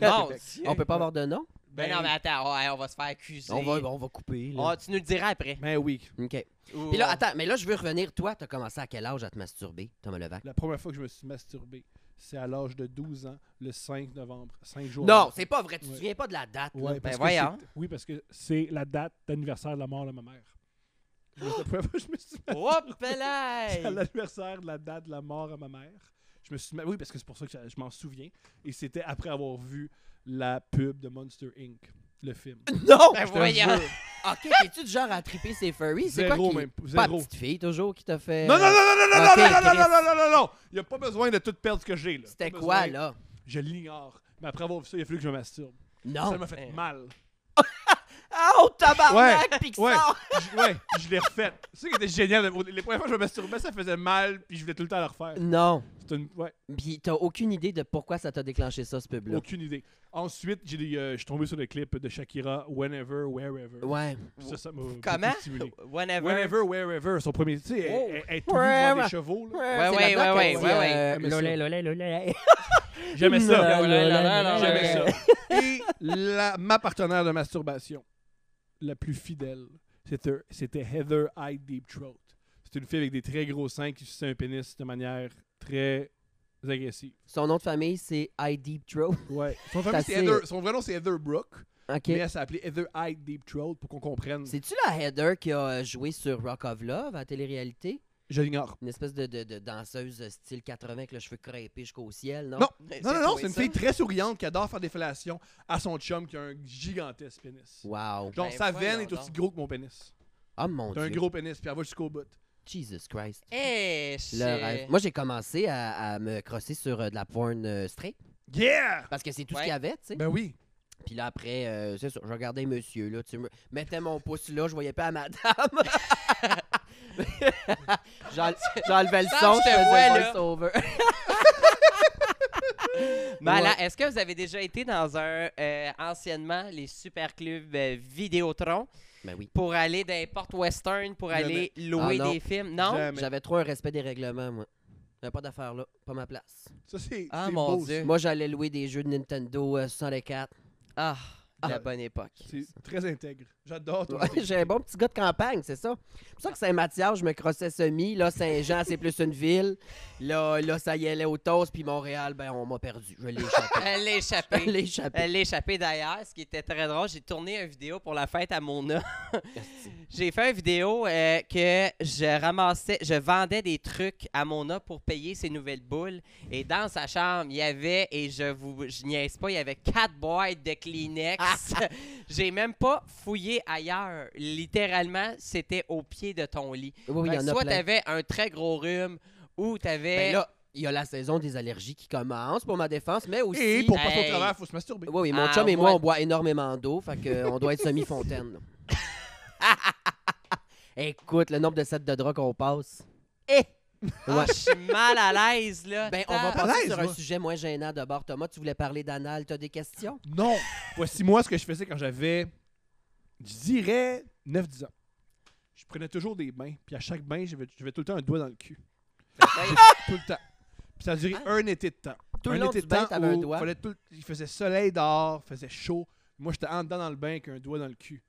Mon Dieu.
On peut pas avoir de nom?
Ben, non, mais attends, oh, hey, on va se faire accuser.
On va, on va couper. Là.
Oh, tu nous le diras après.
Ben oui.
OK.
Ah, Ou- euh,
Puis là, attends, mais là, je veux revenir. Toi, t'as commencé à quel âge à te masturber, Thomas Levac?
La première fois que je me suis masturbé, c'est à l'âge de 12 ans, le 5 novembre, 5 jours.
Non,
avant.
c'est pas vrai. Tu te
Ouais.
souviens pas de la date. là. Ben
Ouais, parce que
voyons.
c'est- Oui, parce que c'est la date d'anniversaire de la mort de ma mère. C'est la première fois que je me suis
Hop là!
à l'anniversaire de la date de la mort à ma mère. Je me suis ma- oui parce que c'est pour ça que je, je m'en souviens et c'était après avoir vu la pub de Monster Inc le film.
Non!
Ben voyons!
OK, es-tu du genre à triper ses furries? C'est quoi
Zéro
qui...
même
Pas
zéro.
la petite fille, toujours, qui t'a fait... euh,
Non non non non non non
ok,
non non
Chris.
non non non non non. Il y a pas besoin de tout perdre ce que j'ai là.
C'était
Pas
quoi,
besoin.
là?
Je l'ignore. Mais après avoir vu ça, il a fallu que je me masturbe. Ça
Non.
m'a fait
Hein.
mal.
Oh, tabarnak,
Ouais,
Pixar!
Ouais, je- ouais, je l'ai refaite. C'est ça qui était génial. Les premières fois que je me masturbais, ça faisait mal, puis je voulais tout le temps le refaire.
Non.
C'est une, ouais,
Puis t'as aucune idée de pourquoi ça t'a déclenché ça, ce pub-là.
aucune idée. Ensuite, j'ai, des- euh, je suis tombé sur le clip de Shakira, Whenever, Wherever.
Ouais.
Ça, ça m'a beaucoup
Comment?
stimulé.
Whenever.
Whenever, Wherever, son premier. Tu sais, elle-
Oh.
elle, elle est tout nue devant
Wherever.
des chevaux.
Ouais,
là.
ouais,
c'est là-dedans
ouais,
qu'elle
ouais,
dit,
ouais,
euh,
ouais. Mais ça-
Lolé, lolé, lolé.
J'aimais ça.
Lolé, lolé, lolé.
J'aimais
Ouais.
ça. Et la, ma partenaire de masturbation, la plus fidèle, c'était, c'était Heather I. Deep Throat. C'est une fille avec des très gros seins qui suçait un pénis de manière très agressive.
Son nom de famille, c'est I Deep Throat.
Ouais.
Son, vrai nom,
C'est
c'est
assez-
Heather- son vrai nom, c'est Heather Brooke,
OK.
Mais elle s'appelait Heather I. Deep Throat pour qu'on comprenne.
C'est-tu la Heather qui a joué sur Rock of Love à télé-réalité?
Je l'ignore.
Une espèce de, de- de danseuse style 80 avec le cheveu crêpé jusqu'au ciel, non?
Non.
J'ai
Non, non, non,
trouvé
c'est une
ça.
fille très souriante qui adore faire des fellations à son chum qui a un gigantesque pénis. Genre,
Wow.
Ben,
sa
voyons
veine est aussi
donc.
gros que mon pénis.
Oh mon
T'as un
Dieu.
gros pénis, puis elle va jusqu'au bout.
Jesus Christ.
Eh,
Le rêve. Moi, j'ai commencé à, à me crosser sur euh, de la porn euh, straight
Yeah!
parce que c'est tout
Ouais.
ce qu'il y avait, tu sais.
Ben oui.
Puis là, après, euh, c'est ça, je regardais monsieur, là, tu me mettais mon pouce là, je voyais pas la madame. J'en- J'enlevais le
Ça,
son,
je
je
te
faisais le
vois, là.
voice-over.
Malin, Ben est-ce que vous avez déjà été dans un euh, anciennement les super clubs euh, Vidéotron
Ben oui.
pour aller dans les portes western pour aller louer
Ah, non.
des films Non,
Jamais.
J'avais trop un respect des règlements, moi. J'avais pas d'affaires là, pas ma place.
Ça, c'est.
Ah,
c'est
mon
beau,
Dieu.
Moi, j'allais louer des jeux de Nintendo euh, 64.
Ah, la
Ah.
bonne époque.
ça. C'est très intègre. J'adore toi.
Ouais, J'ai un bon petit gars de campagne, c'est ça. C'est pour ça que Saint-Mathias, je me crossais semi. Là, Saint-Jean, c'est plus une ville. Là, là, ça y allait au toast. Puis Montréal, ben, on m'a perdu. Je l'ai échappé.
Elle l'a
Je
échappé.
l'ai échappé.
Elle l'a échappé d'ailleurs, ce qui était très drôle. J'ai tourné une vidéo pour la fête à Mona. J'ai fait une vidéo euh, que je ramassais, je vendais des trucs à Mona pour payer ses nouvelles boules. Et dans sa chambre, il y avait, et je vous je niaise pas, il y avait quatre boîtes de Kleenex. J'ai même pas fouillé ailleurs. Littéralement, c'était au pied de ton lit.
Oui, oui, il y
Fait que
en a
Ben, soit
plein.
t'avais un très gros rhume, ou t'avais.
Ben là, il y a la saison des allergies qui commence pour ma défense, mais aussi.
Et pour passer
Hey.
au travers, il faut se masturber.
Oui, oui, mon
Ah,
chum et moi,
ouais.
on boit énormément d'eau, fait qu'on doit être semi-fontaine. là. Écoute, le nombre de sets de draps qu'on passe. Eh!
Ah,
Ouais.
je suis mal à l'aise, là.
Ben, on va
Ah.
parler
l'aise,
sur un
moi.
sujet moins gênant d'abord. Thomas, tu voulais parler d'anal, t'as des questions?
Non. Voici moi ce que je faisais quand j'avais, je dirais, 9-10 ans. Je prenais toujours des bains, puis à chaque bain, j'avais j'avais tout le temps un doigt dans le cul. tout le temps. Puis ça a duré un été de temps.
Ah. Tout
un
le long
été
du
de
bain,
temps
t'avais un
où
doigt.
fallait tout- il faisait soleil dehors, faisait chaud. Moi, j'étais en dedans dans le bain avec un doigt dans le cul.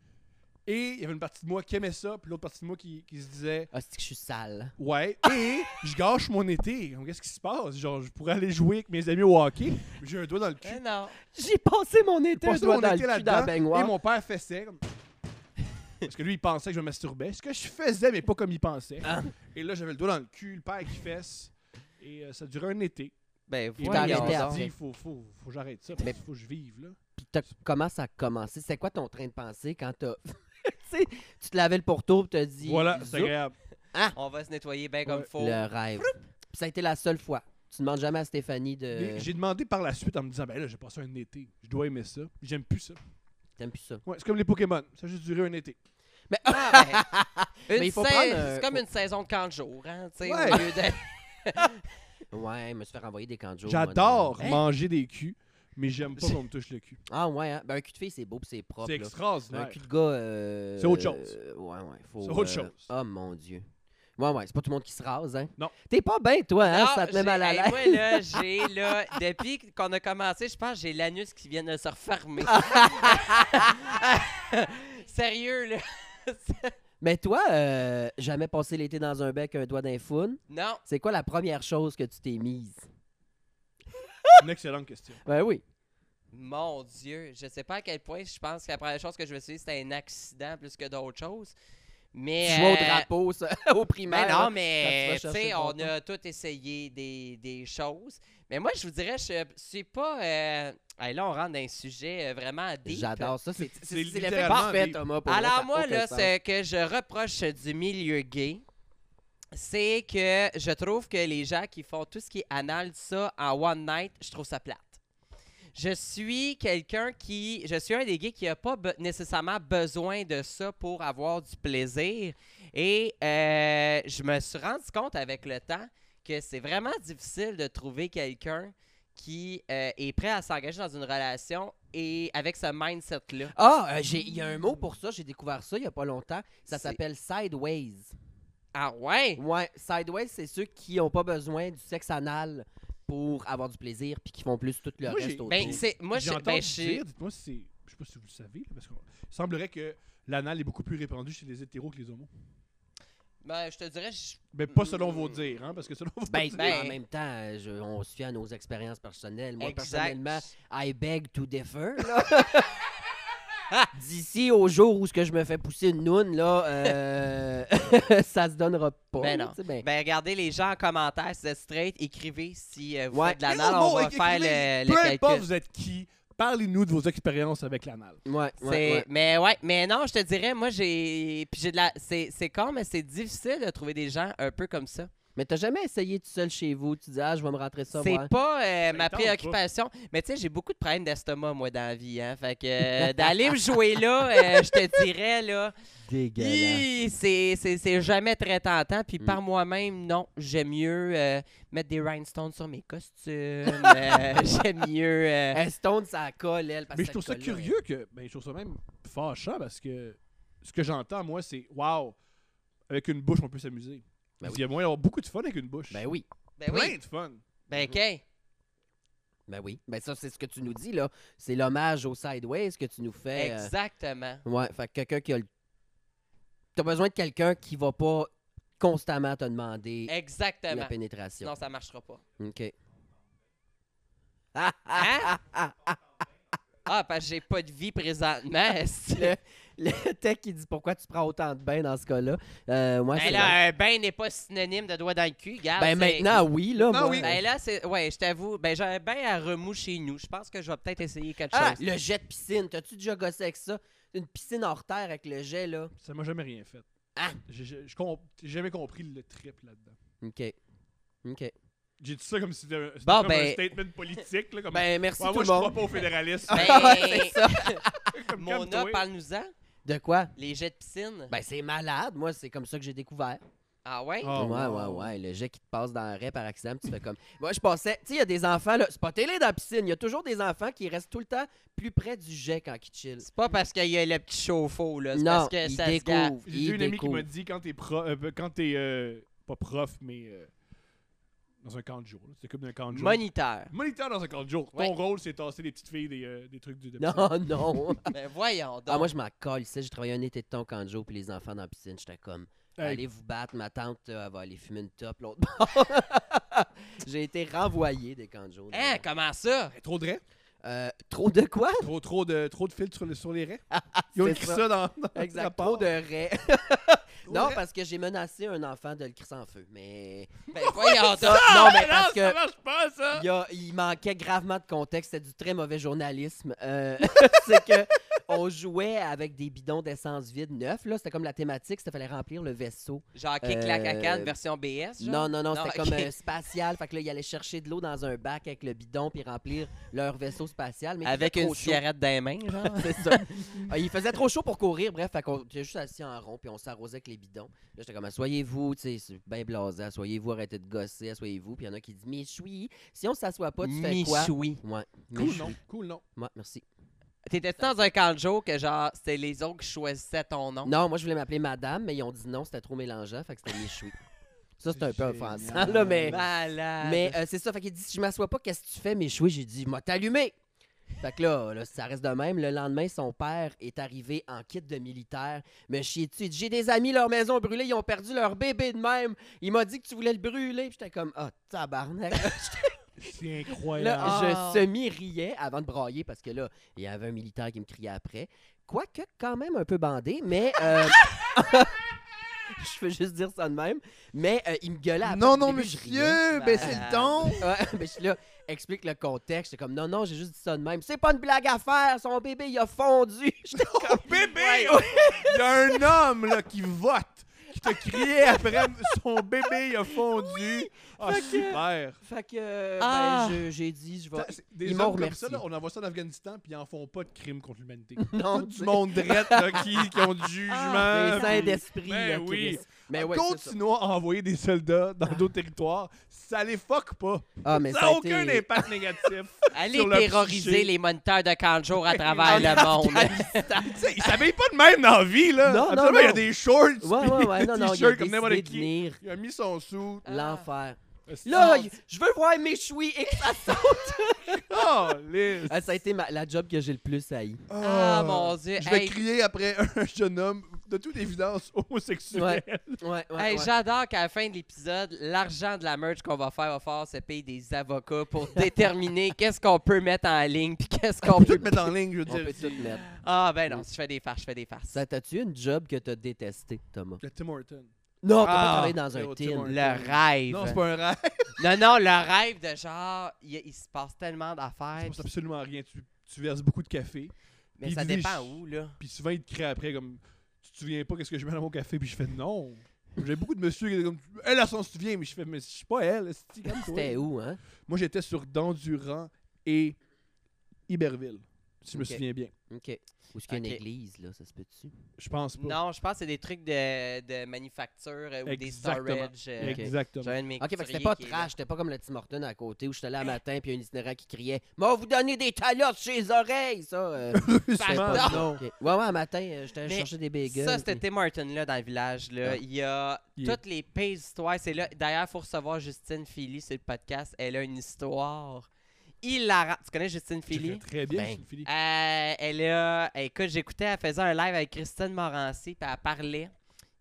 Et il y avait une partie de moi qui aimait ça, puis l'autre partie de moi qui, qui se disait
Ah, c'est que je suis sale.
Ouais, et je gâche mon été. Comme, Qu'est-ce qui se passe? Genre, je pourrais aller jouer avec mes amis au hockey, mais j'ai un doigt dans le cul.
Ben non.
J'ai passé mon été
J'ai
un
passé
doigt
mon
dans le
été
cul dans
là-dedans,
la baignoire.
Et mon père fessait comme.
Parce que lui, il pensait que je me masturbais. Ce que je faisais, mais pas comme il pensait.
Ah.
Et là, j'avais le doigt dans le cul, le père qui fesse. Et euh, ça durait un été.
Ben,
Et
t'as
là, je
voyons
arrêté
donc.
me
après.
suis dit, faut, faut, faut que j'arrête ça, parce
Mais-
qu'il faut que je vive, là.
Puis t'as- comment ça a commencé? C'était quoi ton train de pensée quand t'as... tu sais, tu te lavais le pourtour et t'as dit...
Voilà,
Zoup,
c'est agréable.
On va se nettoyer bien comme
Ouais.
faut.
Le rêve. Puis ça a été la seule fois. Tu demandes jamais à Stéphanie de...
Mais J'ai demandé par la suite en me disant, ben là, j'ai passé un été. Je dois aimer ça. J'aime plus ça.
T'aimes plus ça.
Ouais, c'est comme les Pokémon. Ça a juste duré un été.
Mais
Ah, ben, une
Mais il faut
sais-
prendre, euh,
C'est comme
faut-
une saison de 40 jours, hein, tu sais,
Ouais.
au lieu de...
ouais, je me suis fait renvoyer des canjos.
J'adore
Hein?
manger des culs, mais j'aime pas qu'on me touche le cul.
Ah ouais, hein? ben, un cul de fille, c'est beau pis c'est propre.
C'est
là. Un
extraordinaire.
cul de gars. euh,
C'est autre chose.
euh, ouais, ouais. Faut,
C'est autre
euh,
chose.
Oh mon Dieu. Ouais, ouais, c'est pas tout le monde qui se rase, hein.
Non.
T'es pas bien, toi, hein?
Ah,
ça te met
j'ai-
mal à
hey,
l'aise.
Moi, là, j'ai, là, depuis qu'on a commencé, je pense que j'ai l'anus qui vient de se refermer. Sérieux, là.
Mais toi, euh, jamais passé l'été dans un bec, un doigt d'un foune.
Non.
C'est quoi la première chose que tu t'es mise?
Une excellente question.
Ben oui.
Mon Dieu, je sais pas à quel point je pense que la première chose que je me suis dit, c'était un accident plus que d'autres choses. Mais.
Tu vois au
euh,
drapeau, ça, au primaire.
Mais Ben non,
là.
mais
quand tu
tu
vas chercher
sais,
le
on
bâton.
a tout essayé des, des choses. Mais moi, je vous dirais, je suis pas. euh, hey, là, on rentre dans un sujet euh, vraiment deep.
J'adore ça. C'est c'est- c'est l'effet
littéralement
parfait,
des-
Thomas. pour vrai, ça
Alors
a
moi,
aucun
là,
sens.
ce que je reproche du milieu gay, c'est que je trouve que les gens qui font tout ce qui est anal, ça, en one night, je trouve ça plate. Je suis quelqu'un qui... Je suis un des gays qui n'a pas be- nécessairement besoin de ça pour avoir du plaisir. Et euh, je me suis rendu compte avec le temps que c'est vraiment difficile de trouver quelqu'un qui euh, est prêt à s'engager dans une relation et avec ce mindset-là.
Ah, euh, j'ai- il y a un mot pour ça. J'ai découvert ça il y a pas longtemps. Ça
C'est-
s'appelle sideways.
Ah ouais?
Ouais, sideways, c'est ceux qui n'ont pas besoin du sexe anal pour avoir du plaisir puis qui font plus tout le
Moi, j'ai-
reste autour.
Ben, c'est. Moi,
J'ai
je.
entendu
Ben, je.
dire, dites-moi si c'est. Je sais pas si vous le savez, là, parce qu'il semblerait que l'anal est beaucoup plus répandu chez les hétéros que les homos.
Ben, je te dirais. je-
Mais pas selon vos dires, hein, parce que selon vos
Ben,
dires.
ben, en
ben-
même temps, euh, je- on se fie à nos expériences personnelles. Moi,
Exact.
personnellement, I beg to differ. là. D'ici au jour où ce que je me fais pousser une noune, là, euh, ça se donnera pas.
Ben
là,
non.
tu sais, ben-
Ben, regardez les gens en commentaire, si vous êtes straight, écrivez si euh, vous
Ouais.
faites de l'anal, on va faire le,
Peu
le
importe
calcul.
vous êtes qui, parlez-nous de vos expériences avec l'anal.
ouais,
Ben, C'est-
ouais, ouais.
Mais ouais, mais non, je te dirais, moi j'ai. Puis j'ai de la. C'est c'est con, mais c'est difficile de trouver des gens un peu comme ça.
Mais t'as jamais essayé tout seul chez vous, tu dis ah je vais me rentrer ça.
C'est
voir.
pas euh, ma
tente pas.
préoccupation. Mais tu sais, j'ai beaucoup de problèmes d'estomac, moi, dans la vie. Hein? Fait que euh, d'aller me jouer là, euh, je te dirais, là.
dégueulasse.
hi, C'est c'est- c'est jamais très tentant. Puis
Mm.
par moi-même, non. J'aime mieux euh, mettre des rhinestones sur mes costumes. euh, J'aime mieux. euh,
Elle se tourne, ça colle, elle. parce
Mais
que
je trouve ça
colle, là.
curieux que. Ben, je trouve ça même fâchant parce que ce que j'entends, moi, c'est Waouh, avec une bouche, on peut s'amuser.
Ben
parce qu'il y a moyen d'avoir beaucoup de fun avec une bouche.
Ben oui.
Ben
Plein
oui.
de fun.
Ben OK.
Ben oui. Ben ça, c'est ce que tu nous dis, là. C'est l'hommage au Sideways que tu nous fais. euh,
Exactement.
Ouais, fait que quelqu'un qui a le. T'as besoin de quelqu'un qui va pas constamment te demander la
Exactement.
pénétration.
Non, ça marchera pas.
OK. ah,
Hein? Ah, parce que j'ai pas de vie présentement. est-ce que-
Le tech, il dit pourquoi tu prends autant de bains dans ce cas-là. Euh, moi,
Ben
c'est vrai.
là, un bain n'est pas synonyme de doigt dans le cul, gars.
Ben maintenant, oui, là.
Non,
moi.
Ah oui.
Ben là, c'est. Ouais, je t'avoue. Ben j'ai un bain à remous chez nous. Je pense que je vais peut-être essayer quelque
Ah,
chose.
le jet de piscine. T'as-tu déjà gossé avec ça? Une piscine hors terre avec le jet, là.
Ça m'a jamais rien fait.
Ah!
J'ai- J'ai je comp- j'ai jamais compris le trip là-dedans.
OK. OK.
J'ai dit ça comme si c'était un, c'était
Bon,
comme
ben-
un statement politique. Là, comme,
Ben, merci
Ouais,
tout
moi,
le
je crois
monde.
pas aux fédéralistes.
Ben,
comme
Mona,
calme-toi.
parle-nous-en.
De quoi?
Les jets de piscine.
Ben, c'est malade. Moi, c'est comme ça que j'ai découvert.
Ah ouais?
Oh,
ouais,
wow.
ouais, ouais. Le jet qui te passe dans l'arrêt par accident, puis tu fais comme. Moi, je pensais. Tu sais, il y a des enfants, là. Spotez-les dans la piscine. Il y a toujours des enfants qui restent tout le temps plus près du jet quand ils chillent.
C'est pas parce qu'il y a le petit chauffe-eau, là. C'est
Non,
parce que
ils
ça se gare.
découvrent.
J'ai
Ils
une amie qui
découvrent.
m'a dit quand t'es pro, euh, quand t'es euh, pas prof, mais euh, dans un camp de jour. là. C'est comme d'un camp de jour.
Moniteur.
Moniteur dans un camp de jour.
Ouais.
Ton rôle, c'est tasser des petites filles des, euh, des trucs du de piscine.
Non, non.
Ben voyons donc.
ah, moi, je m'en colle. J'ai travaillé un été de temps quand Joe, puis les enfants dans la piscine. J'étais comme.
Hey.
Allez vous battre, ma tante, euh, elle va aller fumer une top l'autre bord. J'ai été renvoyé des canjos.
Hein, comment ça?
Hey, ben, trop de raies?
Euh, trop de quoi?
Trop, trop, de, trop de filtres sur, le- sur les raies. Ils ont
C'est
écrit
ça.
ça, dans, dans le
Exact.
rapport.
Trop de raies. non,
raies.
parce que j'ai menacé un enfant de le crisser en feu. Mais.
Ben, voyons donc.
non, mais
Ça
parce que.
marche pas, ça!
il y a- il manquait gravement de contexte, c'était du très mauvais journalisme. Euh, c'est que on jouait avec des bidons d'essence vide neuf. Là, c'était comme la thématique, c'était fallait remplir le vaisseau.
Genre, kick la
Euh,
cacane version BS, genre?
Non, non, non, c'était
ok.
comme euh, spatial. Fait que là, ils allaient chercher de l'eau dans un bac avec le bidon puis remplir leur vaisseau spatial. Mais il
Avec
faisait
une
trop chaud.
cigarette dans les mains, genre?
C'est ça. Ah, il faisait trop chaud pour courir. Bref, fait qu'on était juste assis en rond puis on s'arrosait avec les bidons. Là, j'étais comme, soyez-vous, tu sais, c'est ben blasé, soyez-vous, arrêtez de gosser, soyez-vous. Puis il y en a qui disent, Michoui, si on s'assoit pas, tu fais quoi?
Missoui.
Ouais,
Cool,
Michoui.
non? Cool, non?
Ouais, merci.
T'étais-tu dans un camp de jour que, genre, c'était les autres qui choisissaient ton nom?
Non, moi, je voulais m'appeler madame, mais ils ont dit non, c'était trop mélangeant, fait que c'était Michoui. Ça, c'était un peu
Génial.
offensant, là, mais.
Malade.
Mais euh, c'est ça, fait qu'il dit si je m'assois pas, qu'est-ce que tu fais, mes chouets J'ai dit, m'a t'allumé. Fait que là, là, ça reste de même. Le lendemain, son père est arrivé en kit de militaire. Me chier dessus. Il dit, J'ai des amis, leur maison brûlée, ils ont perdu leur bébé de même. Il m'a dit que tu voulais le brûler. Puis j'étais comme, ah, tabarnak.
C'est
Oh,
incroyable.
là,
Ah.
je semi-riais avant de brailler parce que là, il y avait un militaire qui me criait après. Quoique, quand même un peu bandé, mais. euh, Je peux juste dire ça de même. Mais euh, il me gueulait après.
Non,
Au
non,
début, je riais.
monsieur,
Bah.
baissez
Malade.
le ton!
Ouais, mais je suis là, explique le contexte. J'étais comme, non, non, j'ai juste dit ça de même. C'est pas une blague à faire, son bébé, il a fondu. J'étais comme,
Bébé! Il y a un homme là, qui vote, qui te criait après son bébé il a fondu. Ah,
Fait que-
super!
fait que, euh,
Ah.
ben, je- j'ai dit, je vais.
Ça, c'est- Des
Ils
hommes
m'ont
comme
remercié.
ça, là, on envoie ça en Afghanistan, puis ils en font pas de crimes contre l'humanité.
Non,
Tout
tu
du
sais,
monde drette là, qui, qui ont du jugement.
Les saints
puis-
d'esprit,
Ben
là,
oui.
Chris. Mais ouais, c'est ça.
Continuons à envoyer des soldats dans d'autres territoires, ça les fuck pas.
Ah, mais
ça
ça
n'a
a
aucun
été-
impact négatif.
Allez
sur le
terroriser
psyché.
les moniteurs de camp de jour à travers le monde.
Tu sais, ils s'habillent pas de même dans la vie, là.
Non, non,
Absolument, il y a
non.
des shorts.
Ouais, ouais, ouais, non, non, il a
t-shirts comme n'importe
décidé de
qui.
venir
Il a mis son sou.
l'enfer. Ah. Là,
Là,
il- je veux voir mes chouilles et que ça saute.
oh, Liz.
Ah, ça a été ma- la job que j'ai le plus haï.
Ah, mon Dieu.
Je vais
Hey,
crier après un jeune homme de toute évidence homosexuel.
Ouais, ouais, ouais.
Hey,
ouais.
J'adore qu'à la fin de l'épisode, l'argent de la merch qu'on va faire va falloir se payer des avocats pour déterminer qu'est-ce qu'on peut mettre en ligne puis qu'est-ce
On
qu'on
peut tout
peut.
mettre en ligne, je veux
On peut
dire.
tout mettre.
Ah ben non, si je fais des farces, je fais des farces.
Ça t'as-tu une job que t'as détestée, Thomas?
Le Tim Horton.
Non, t'as
Ah,
pas travaillé dans un
zéro, tu
team.
vois.
Le rêve.
Non, c'est pas un rêve.
non, non, le rêve de genre, il, il se passe tellement d'affaires.
C'est absolument rien. Tu, tu verses beaucoup de café,
Mais
puis
ça
il dit-
dépend où, là.
puis souvent, ils te créent après comme Tu te souviens pas qu'est-ce que je mets dans mon café, puis je fais non. J'ai beaucoup de monsieur qui étaient comme Elle, elle s'en souvient, mais je fais Mais je suis pas elle. c'est-tu, calme-toi.
C'était où, hein?
Moi, j'étais sur Dandurand et Iberville, si je me
Ok.
souviens bien.
OK. Ou est-ce qu'il y a une
Ok.
église, là, ça se peut-tu?
Je pense pas.
Non, je pense que c'est des trucs de, de manufacture euh, ou des
Exactement.
storage. euh,
Ok.
Exactement.
j'ai un de mes
OK, fait que c'était
couturiers
pas
qui est
trash, c'était pas comme le Tim Horton à côté où j'étais là le matin puis il y a un itinérant qui criait « Mais on va vous donner des talottes chez les oreilles, ça! euh, c'était
Sûrement.
pas non. Ouais, ouais, un matin, euh, j'étais
Mais
chercher des bagels.
là. Ça, c'était Tim Horton, là, dans le village. Là.
Ah.
Il y a
Il est-
toutes les pays histoires. C'est là. D'ailleurs, il faut recevoir Justine Philly sur le podcast. Elle a une histoire hilarante. Tu connais Justine
Je fais
Philly?
Très bien,
Ben.
Justine Philly.
Euh, elle a. Écoute, j'écoutais, elle faisait un live avec Christine Morancy, puis elle parlait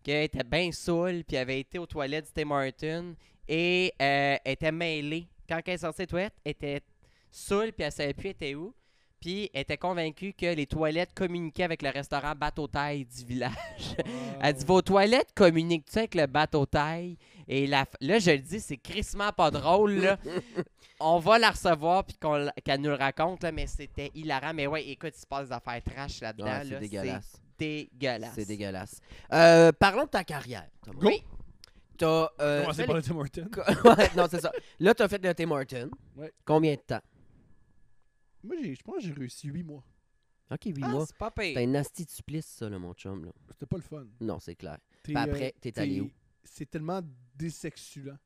qu'elle était bien saoule, puis elle avait été aux toilettes du Tim Horton, et euh, elle était mêlée. Quand elle est sortie des toilettes, elle était saoule, puis elle savait plus elle était où. Puis elle était convaincue que les toilettes communiquaient avec le restaurant Bateau-Taille du village.
Ah.
Elle dit Vos toilettes communiquent-tu avec le bateau-taille Et la f- là, je le dis, c'est crissement pas drôle. là. On va la recevoir puis qu'on l- qu'elle nous le raconte, là, mais c'était hilarant. Mais ouais, écoute, il se passe des affaires trash là-dedans.
Ouais,
là,
c'est dégueulasse.
dégueulasse.
C'est dégueulasse. Euh, parlons de ta carrière, Thomas.
Go! Oui.
T'as... euh, fait
Commencez par le Tim Horton.
les- Ouais, non, c'est ça. Là, t'as fait le Tim Horton.
Ouais.
Combien de temps?
Moi, j'ai- je pense que j'ai réussi 8 mois.
OK, huit
Ah,
mois.
c'est pas pire.
T'as une nasty de supplice, ça, là, mon chum. Là.
C'était pas le fun.
Non, c'est clair.
T'es,
Puis
euh,
Ben après, t'es allé où?
C'est tellement désexulant,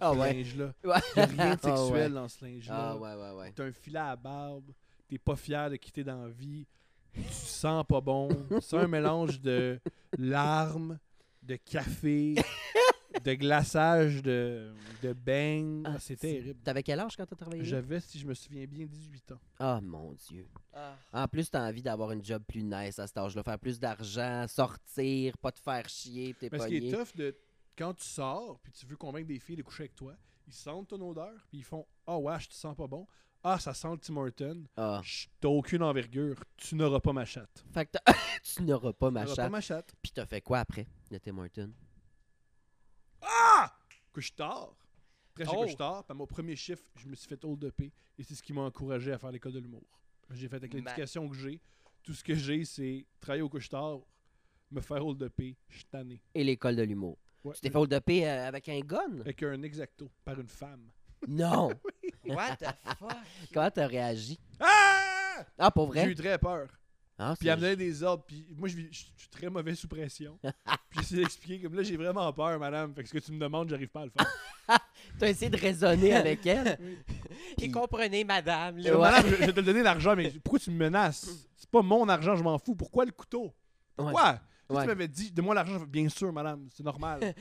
Ah
ce
ouais.
linge-là.
Ouais.
Il y a rien de
Ah ouais.
sexuel dans ce linge-là.
Ah ouais, ouais, ouais.
T'as un filet à barbe, t'es pas fier de quitter dans la vie, tu sens pas bon. C'est un mélange de larmes, de café, de glaçage, de, de beignes.
Ah,
c'est terrible.
T'avais quel âge quand t'as travaillé? là?
J'avais, si je me souviens bien, 18 ans.
Ah, mon Dieu.
Ah.
En plus, t'as envie d'avoir une job plus nice à cet âge-là, faire plus d'argent, sortir, pas te faire chier, t'es
Mais ce qui est
pogné.
tough, de, quand tu sors puis tu veux convaincre des filles de coucher avec toi, ils sentent ton odeur puis ils font Ah ouais, wesh, tu sens pas bon. Ah, ça sent le Tim Horton.
Ah.
Chut, T'as aucune envergure. Tu n'auras pas ma chatte.
Fait que t'as- tu n'auras pas ma
Tu n'auras pas
chatte.
ma chatte.
Puis t'as fait quoi après, de Tim Hortons?
Couche tard. Après, j'ai
Oh.
couché tard. Puis à mon premier chiffre, je me suis fait hold upé. Et c'est ce qui m'a encouragé à faire l'école de l'humour. J'ai fait avec
Ma-
l'éducation que j'ai. Tout ce que j'ai, c'est travailler au couche tard, me faire hold upé. Je suis tanné.
Et l'école de l'humour.
Ouais.
Tu t'es fait holdoper euh, avec un gun?
Avec un exacto par une femme.
non!
Ah, What the fuck?
Comment t'as réagi?
Ah!
Ah, pour
J'ai
vrai?
eu très peur.
Ah,
Puis elle me
c'est-
donnait des ordres. Puis moi, je, vis- je suis très mauvais sous pression. Puis j'essayais d'expliquer comme là, j'ai vraiment peur, madame. Fait que ce que tu me demandes, j'arrive pas à le faire.
T'as essayé de raisonner avec elle?
Et comprenez, madame,
Je dis,
là.
Ouais.
Madame, je, je vais te donner l'argent, mais pourquoi tu me menaces C'est pas mon argent, je m'en fous. Pourquoi le couteau Pourquoi Si
Ouais.
Tu m'avais dit, donne-moi l'argent. Je fais, Bien sûr, madame, c'est normal.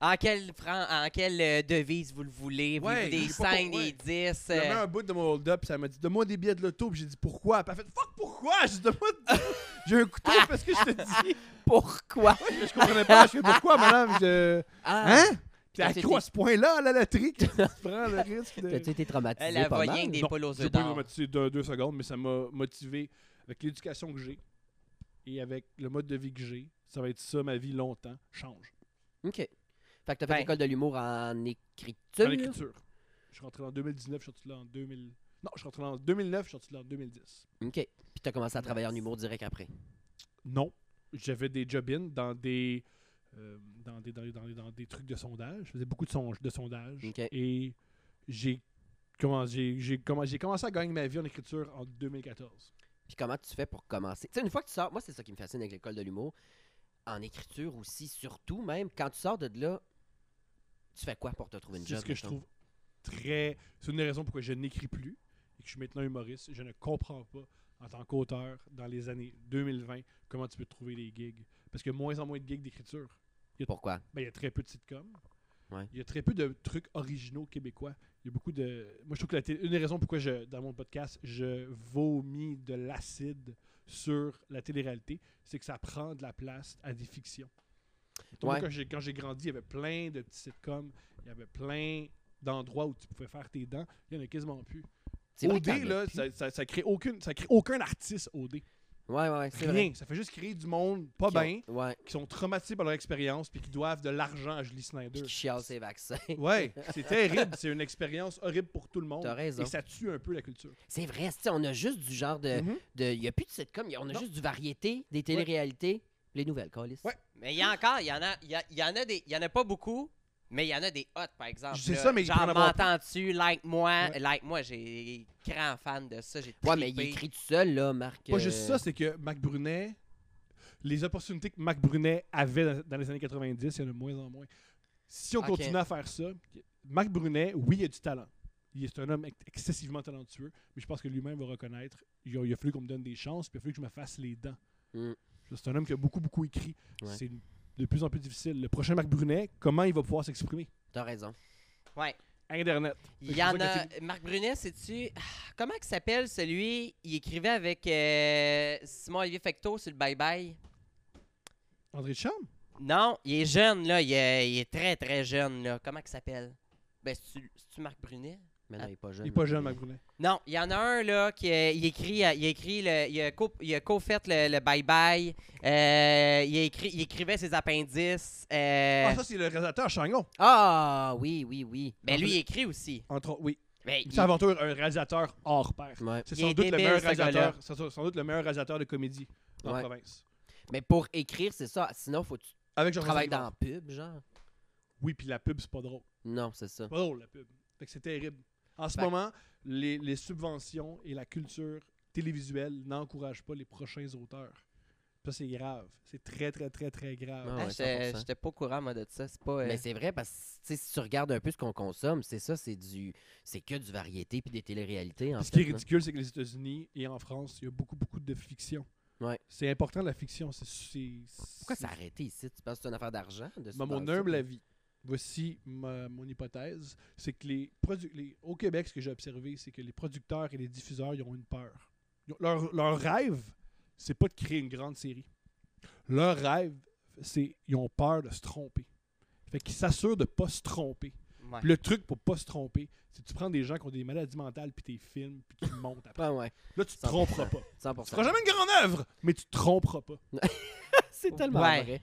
En quelle, fran- en quelle euh, devise vous le voulez? Vous
Ouais,
des
j'ai pas
5,
compris.
des 10?
J'avais
euh,
un bout de mon hold-up, puis ça m'a dit, donne-moi des billets de l'auto. Puis j'ai dit, pourquoi Puis elle a fait, fuck, pourquoi J'ai dit, donne-moi. J'ai un couteau parce que je te dis.
Pourquoi?
Je comprenais pas. Je fais, pourquoi, madame Je-
Ah,
Hein Puis
Ah,
accro à ce point-là, à la loterie, que tu prends le risque de.
T'as-tu été traumatisé
Elle a
pas mal?
voyé des
Non,
poules aux
J'ai
œufs
pas
d'or.
dramatisé d'un, deux secondes, mais ça m'a motivé avec l'éducation que j'ai et avec le mode de vie que j'ai. Ça va être ça, ma vie, longtemps. Change.
OK. Fait que t'as fait
Ben.
l'école de l'humour en
À
écriture?
l'écriture. Je suis rentré en 2019, je suis sorti là en 2000. Non, je suis rentré en 2009, je suis sorti là en 2010.
OK. Puis t'as commencé à travailler en humour direct après.
Non, j'avais des job-ins dans des. euh, dans, des, dans, des, dans des- dans des trucs de sondage. Je faisais beaucoup de, songe- de sondages.
Ok.
Et j'ai comment, j'ai, j'ai, comment, j'ai commencé à gagner ma vie en écriture en 2014.
Puis comment tu fais pour commencer? Tu sais, une fois que tu sors, moi, c'est ça qui me fascine avec l'école de l'humour. En écriture aussi, surtout même, quand tu sors de là, tu fais quoi pour te trouver une
C'est
job?
ce que je
mettons?
trouve très. C'est une des raisons pourquoi je n'écris plus et que je suis maintenant humoriste. Je ne comprends pas, en tant qu'auteur, dans les années 2020, comment tu peux trouver des gigs. Parce qu'il y a moins en moins de gigs d'écriture.
Pourquoi?
Ben, il y a très peu de sitcoms.
Ouais.
Il y a très peu de trucs originaux québécois. Il y a beaucoup de. Moi, je trouve que la télé- une des raisons pourquoi, je, dans mon podcast, je vomis de l'acide sur la télé-réalité, c'est que ça prend de la place à des fictions. Mettons, moi,
Ouais.
Quand j'ai- quand j'ai grandi, il y avait plein de petits sitcoms, il y avait plein d'endroits où tu pouvais faire tes dents. Il y en a quasiment plus.
C'est vrai
OD,
qu'il y en a
là,
plus.
ça, ça, ça crée aucune, ça crée aucun artiste OD.
Ouais, ouais, ouais, c'est
Rien. Ah, ben.
vrai.
Ça fait juste créer du monde pas
Qui ont-
bien,
Ouais,
qui sont traumatisés par leur expérience, puis qui doivent de l'argent à Julie
puis
Snyder.
qui chialent ses vaccins.
Ouais, c'est terrible. C'est une expérience horrible pour tout le monde.
T'as raison. Euh,
Et ça tue un peu la culture.
C'est vrai, tu sais, on a juste du genre de.
Mhm.
de- Il n'y a plus de sitcom, y a- on a
Non.
juste du variété, des téléréalités, les nouvelles, Calis.
Ouais.
Mais il y a encore, il y en a, il y, a- il y en a des, il y en a pas beaucoup, mais il y en a des hot par exemple.
Je sais
là.
ça, mais il
genre
pourrait en avoir plus.
m'entends-tu, like moi,
Ouais.
like moi, j'ai grand fan de ça, j'ai
Ouais, mais il
trippé.
écrit tout seul, là, Marc.
Pas
euh,
juste ça, c'est que Mac Brunet, les opportunités que Mac Brunet avait dans, dans les années 90, il y en a de moins en moins. Si on
Ok.
continue à faire ça, Mac Brunet, oui, il a du talent. Il est un homme ex- excessivement talentueux, mais je pense que lui-même va reconnaître il a, il a fallu qu'on me donne des chances, puis il a fallu que je me fasse les dents.
Mm.
C'est un homme qui a beaucoup, beaucoup écrit.
Ouais.
C'est de plus en plus difficile. Le prochain Mac Brunet, comment il va pouvoir s'exprimer
T'as raison.
Internet.
Il y en
C'est pour ça
a. Marc Brunet, sais-tu. Ah, Comment il s'appelle celui Il écrivait avec euh, Simon-Olivier Fecteau sur le Bye Bye.
André Cham
Non, il est jeune, là. Il est, il est très, très jeune, là. Comment il s'appelle Ben, c'est-tu c'est-tu Marc Brunet
Mais non, il n'est pas jeune.
Il est pas
Marc
jeune,
Brunet.
Mac Brunet.
Non, il y en a un là qui euh, il écrit, euh, il écrit le, il a co, il a co-fait le, le bye bye. Euh, il a écrit, il écrivait ses appendices. euh,
Ah, ça, c'est le réalisateur Changon.
Ah, oui, oui, oui.
ben lui il écrit aussi.
Entre autres, oui.
Mais il- Ah,
C'est avant tout un réalisateur hors pair.
Ouais.
C'est
Il
sans
est
doute le
débile,
meilleur
ce gars-là.
réalisateur. C'est sans- sans doute le meilleur réalisateur de comédie dans
Ouais.
la province.
Mais pour écrire, c'est ça. Sinon, faut que tu
Avec Jean-François
travailles
Guimard.
dans la pub, genre.
Oui, puis la pub, c'est pas drôle.
Non, c'est ça.
C'est pas drôle, la pub. Fait que c'est terrible. En ce
Fait-
moment, les, les subventions et la culture télévisuelle n'encouragent pas les prochains auteurs. Ça, c'est grave. C'est très, très, très, très grave.
Ah ouais,
Ah, j'étais
100%.
j'étais pas au courant moi de ça. C'est pas. euh,
Mais c'est vrai parce que tu sais, si tu regardes un peu ce qu'on consomme, c'est ça, c'est du c'est que du variété puis des téléréalités en
Ce qui
fait.
est
là.
ridicule, c'est que les États-Unis et en France, il y a beaucoup, beaucoup de fiction.
Ouais.
C'est important, la fiction. C'est, c'est,
Pourquoi ça a arrêté ici Tu penses que c'est une affaire d'argent de
Dans Bah, mon
subvention?
humble avis, voici ma- mon hypothèse, c'est que les, produ- les au Québec, ce que j'ai observé, c'est que les producteurs et les diffuseurs, ils ont une peur. Ils ont- leur, leur rêve, c'est pas de créer une grande série. Leur rêve, c'est ils ont peur de se tromper. Fait qu'ils s'assurent de pas se tromper.
Ouais.
Puis Le truc pour pas se tromper, c'est que tu prends des gens qui ont des maladies mentales, puis t'es filmes, puis tu montes après.
Ah ouais,
Là, tu te
100%.
tromperas pas. Tu
100%.
feras jamais une grande œuvre, mais tu te tromperas pas.
C'est tellement
Ouais.
vrai.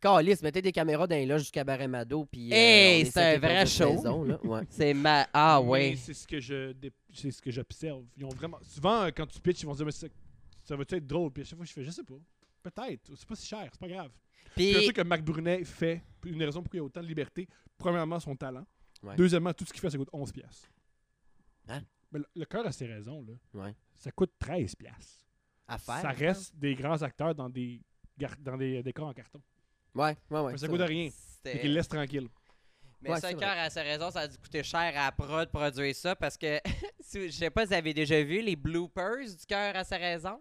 Calice, mettez des caméras dans les loges du cabaret Mado. Puis, euh,
Hey,
on
c'est
essaie
un
quelque
vrai
chose de
show.
saison, là. Ouais.
C'est ma. Ah
Mais
ouais.
C'est ce que je dé- c'est ce que j'observe. Ils ont vraiment souvent euh, quand tu pitches, ils vont se dire mais ça, ça va être drôle. Puis à chaque fois je fais je sais pas. Peut-être, c'est pas si cher, c'est pas grave. Puis le
Puis
truc que Marc Brunet fait, une raison pour qu'il y a autant de liberté, premièrement son talent,
Ouais.
deuxièmement tout ce qu'il fait ça coûte 11 pièces.
Hein?
Mais le, le cœur a ses raisons là.
Ouais.
Ça coûte 13 pièces.
À faire. hein?
Ça reste des grands acteurs dans des gar- dans des décors en carton.
Ouais, ouais, ouais. c'est
Mais ça coûte
vrai.
rien. Fait
c'était-
qu'ils le laissent tranquille.
Mais
Ouais,
ça,
c'est
cœur à sa raison, ça a dû coûter cher à la prod produire ça parce que si- je sais pas si vous avez déjà vu les bloopers du cœur à sa raison.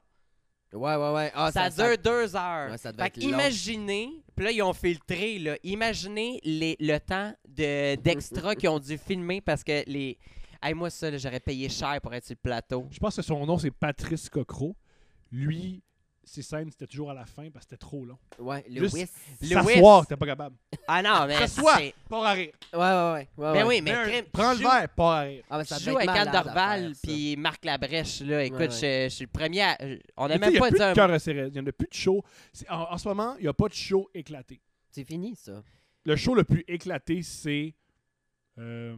Ouais, ouais, ouais. Ah,
ça, dure deux heures.
Ouais, ça devait
fait
être
que
long.
imaginez, puis là ils ont filtré là, imaginez les, le temps de d'extra qu'ils ont dû filmer parce que les, Hey, moi ça là, j'aurais payé cher pour être sur le plateau.
Je pense que son nom c'est Patrice Cocro. Lui ses scènes, c'était toujours à la fin parce que c'était trop long.
Ouais, le
Juste-
whisk.
Le
S'asseoir,
whisk.
t'es pas capable.
Ah non mais
S'assois,
c'est-
pas à rire.
Ouais, ouais, ouais. ouais,
Ben
ah, ouais.
oui mais
Merde,
crime,
Prends le
joue-
verre, pas à rire.
Ah, ben, ça
Je
devait
joue
être
avec Anne
malade à faire,
Dorval
ça.
puis Marc Labrèche. Là. Écoute,
Ouais,
Je, je suis le premier à... je- On n'a même
Mais tu sais, Il n'y a
pas
plus
dit
de
un
cœur à serrer. Il n'y en a plus de show. C'est- En, en ce moment, il n'y a pas de show éclaté.
C'est fini, ça.
Le show le plus éclaté, c'est. euh,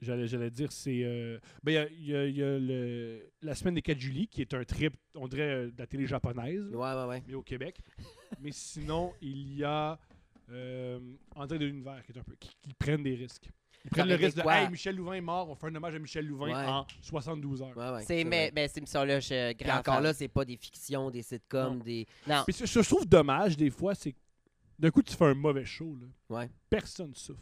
J'allais j'allais dire, c'est. euh, ben, il y a- il y a, il y a le- la semaine des 4 juillet, qui est un trip, on dirait, euh, de la télé japonaise, là,
Ouais, ouais, ouais.
mais au Québec. mais sinon, il y a euh, André de l'Univers, qui est un peu. qui, qui prennent des risques. Ils prennent le
aurait été
risque de.
quoi?
Hey, Michel Louvain est mort, on fait un hommage à Michel Louvain
Ouais.
en 72 heures.
ouais, ouais
C'est mais,
vrai.
mais c'est ça là, je
Puis
grand
encore
fan.
là, c'est pas des fictions, des sitcoms, des.
Non.
Mais ce ce que je trouve dommage, des fois, c'est que d'un coup, tu fais un mauvais show. Là.
Ouais.
Personne souffre.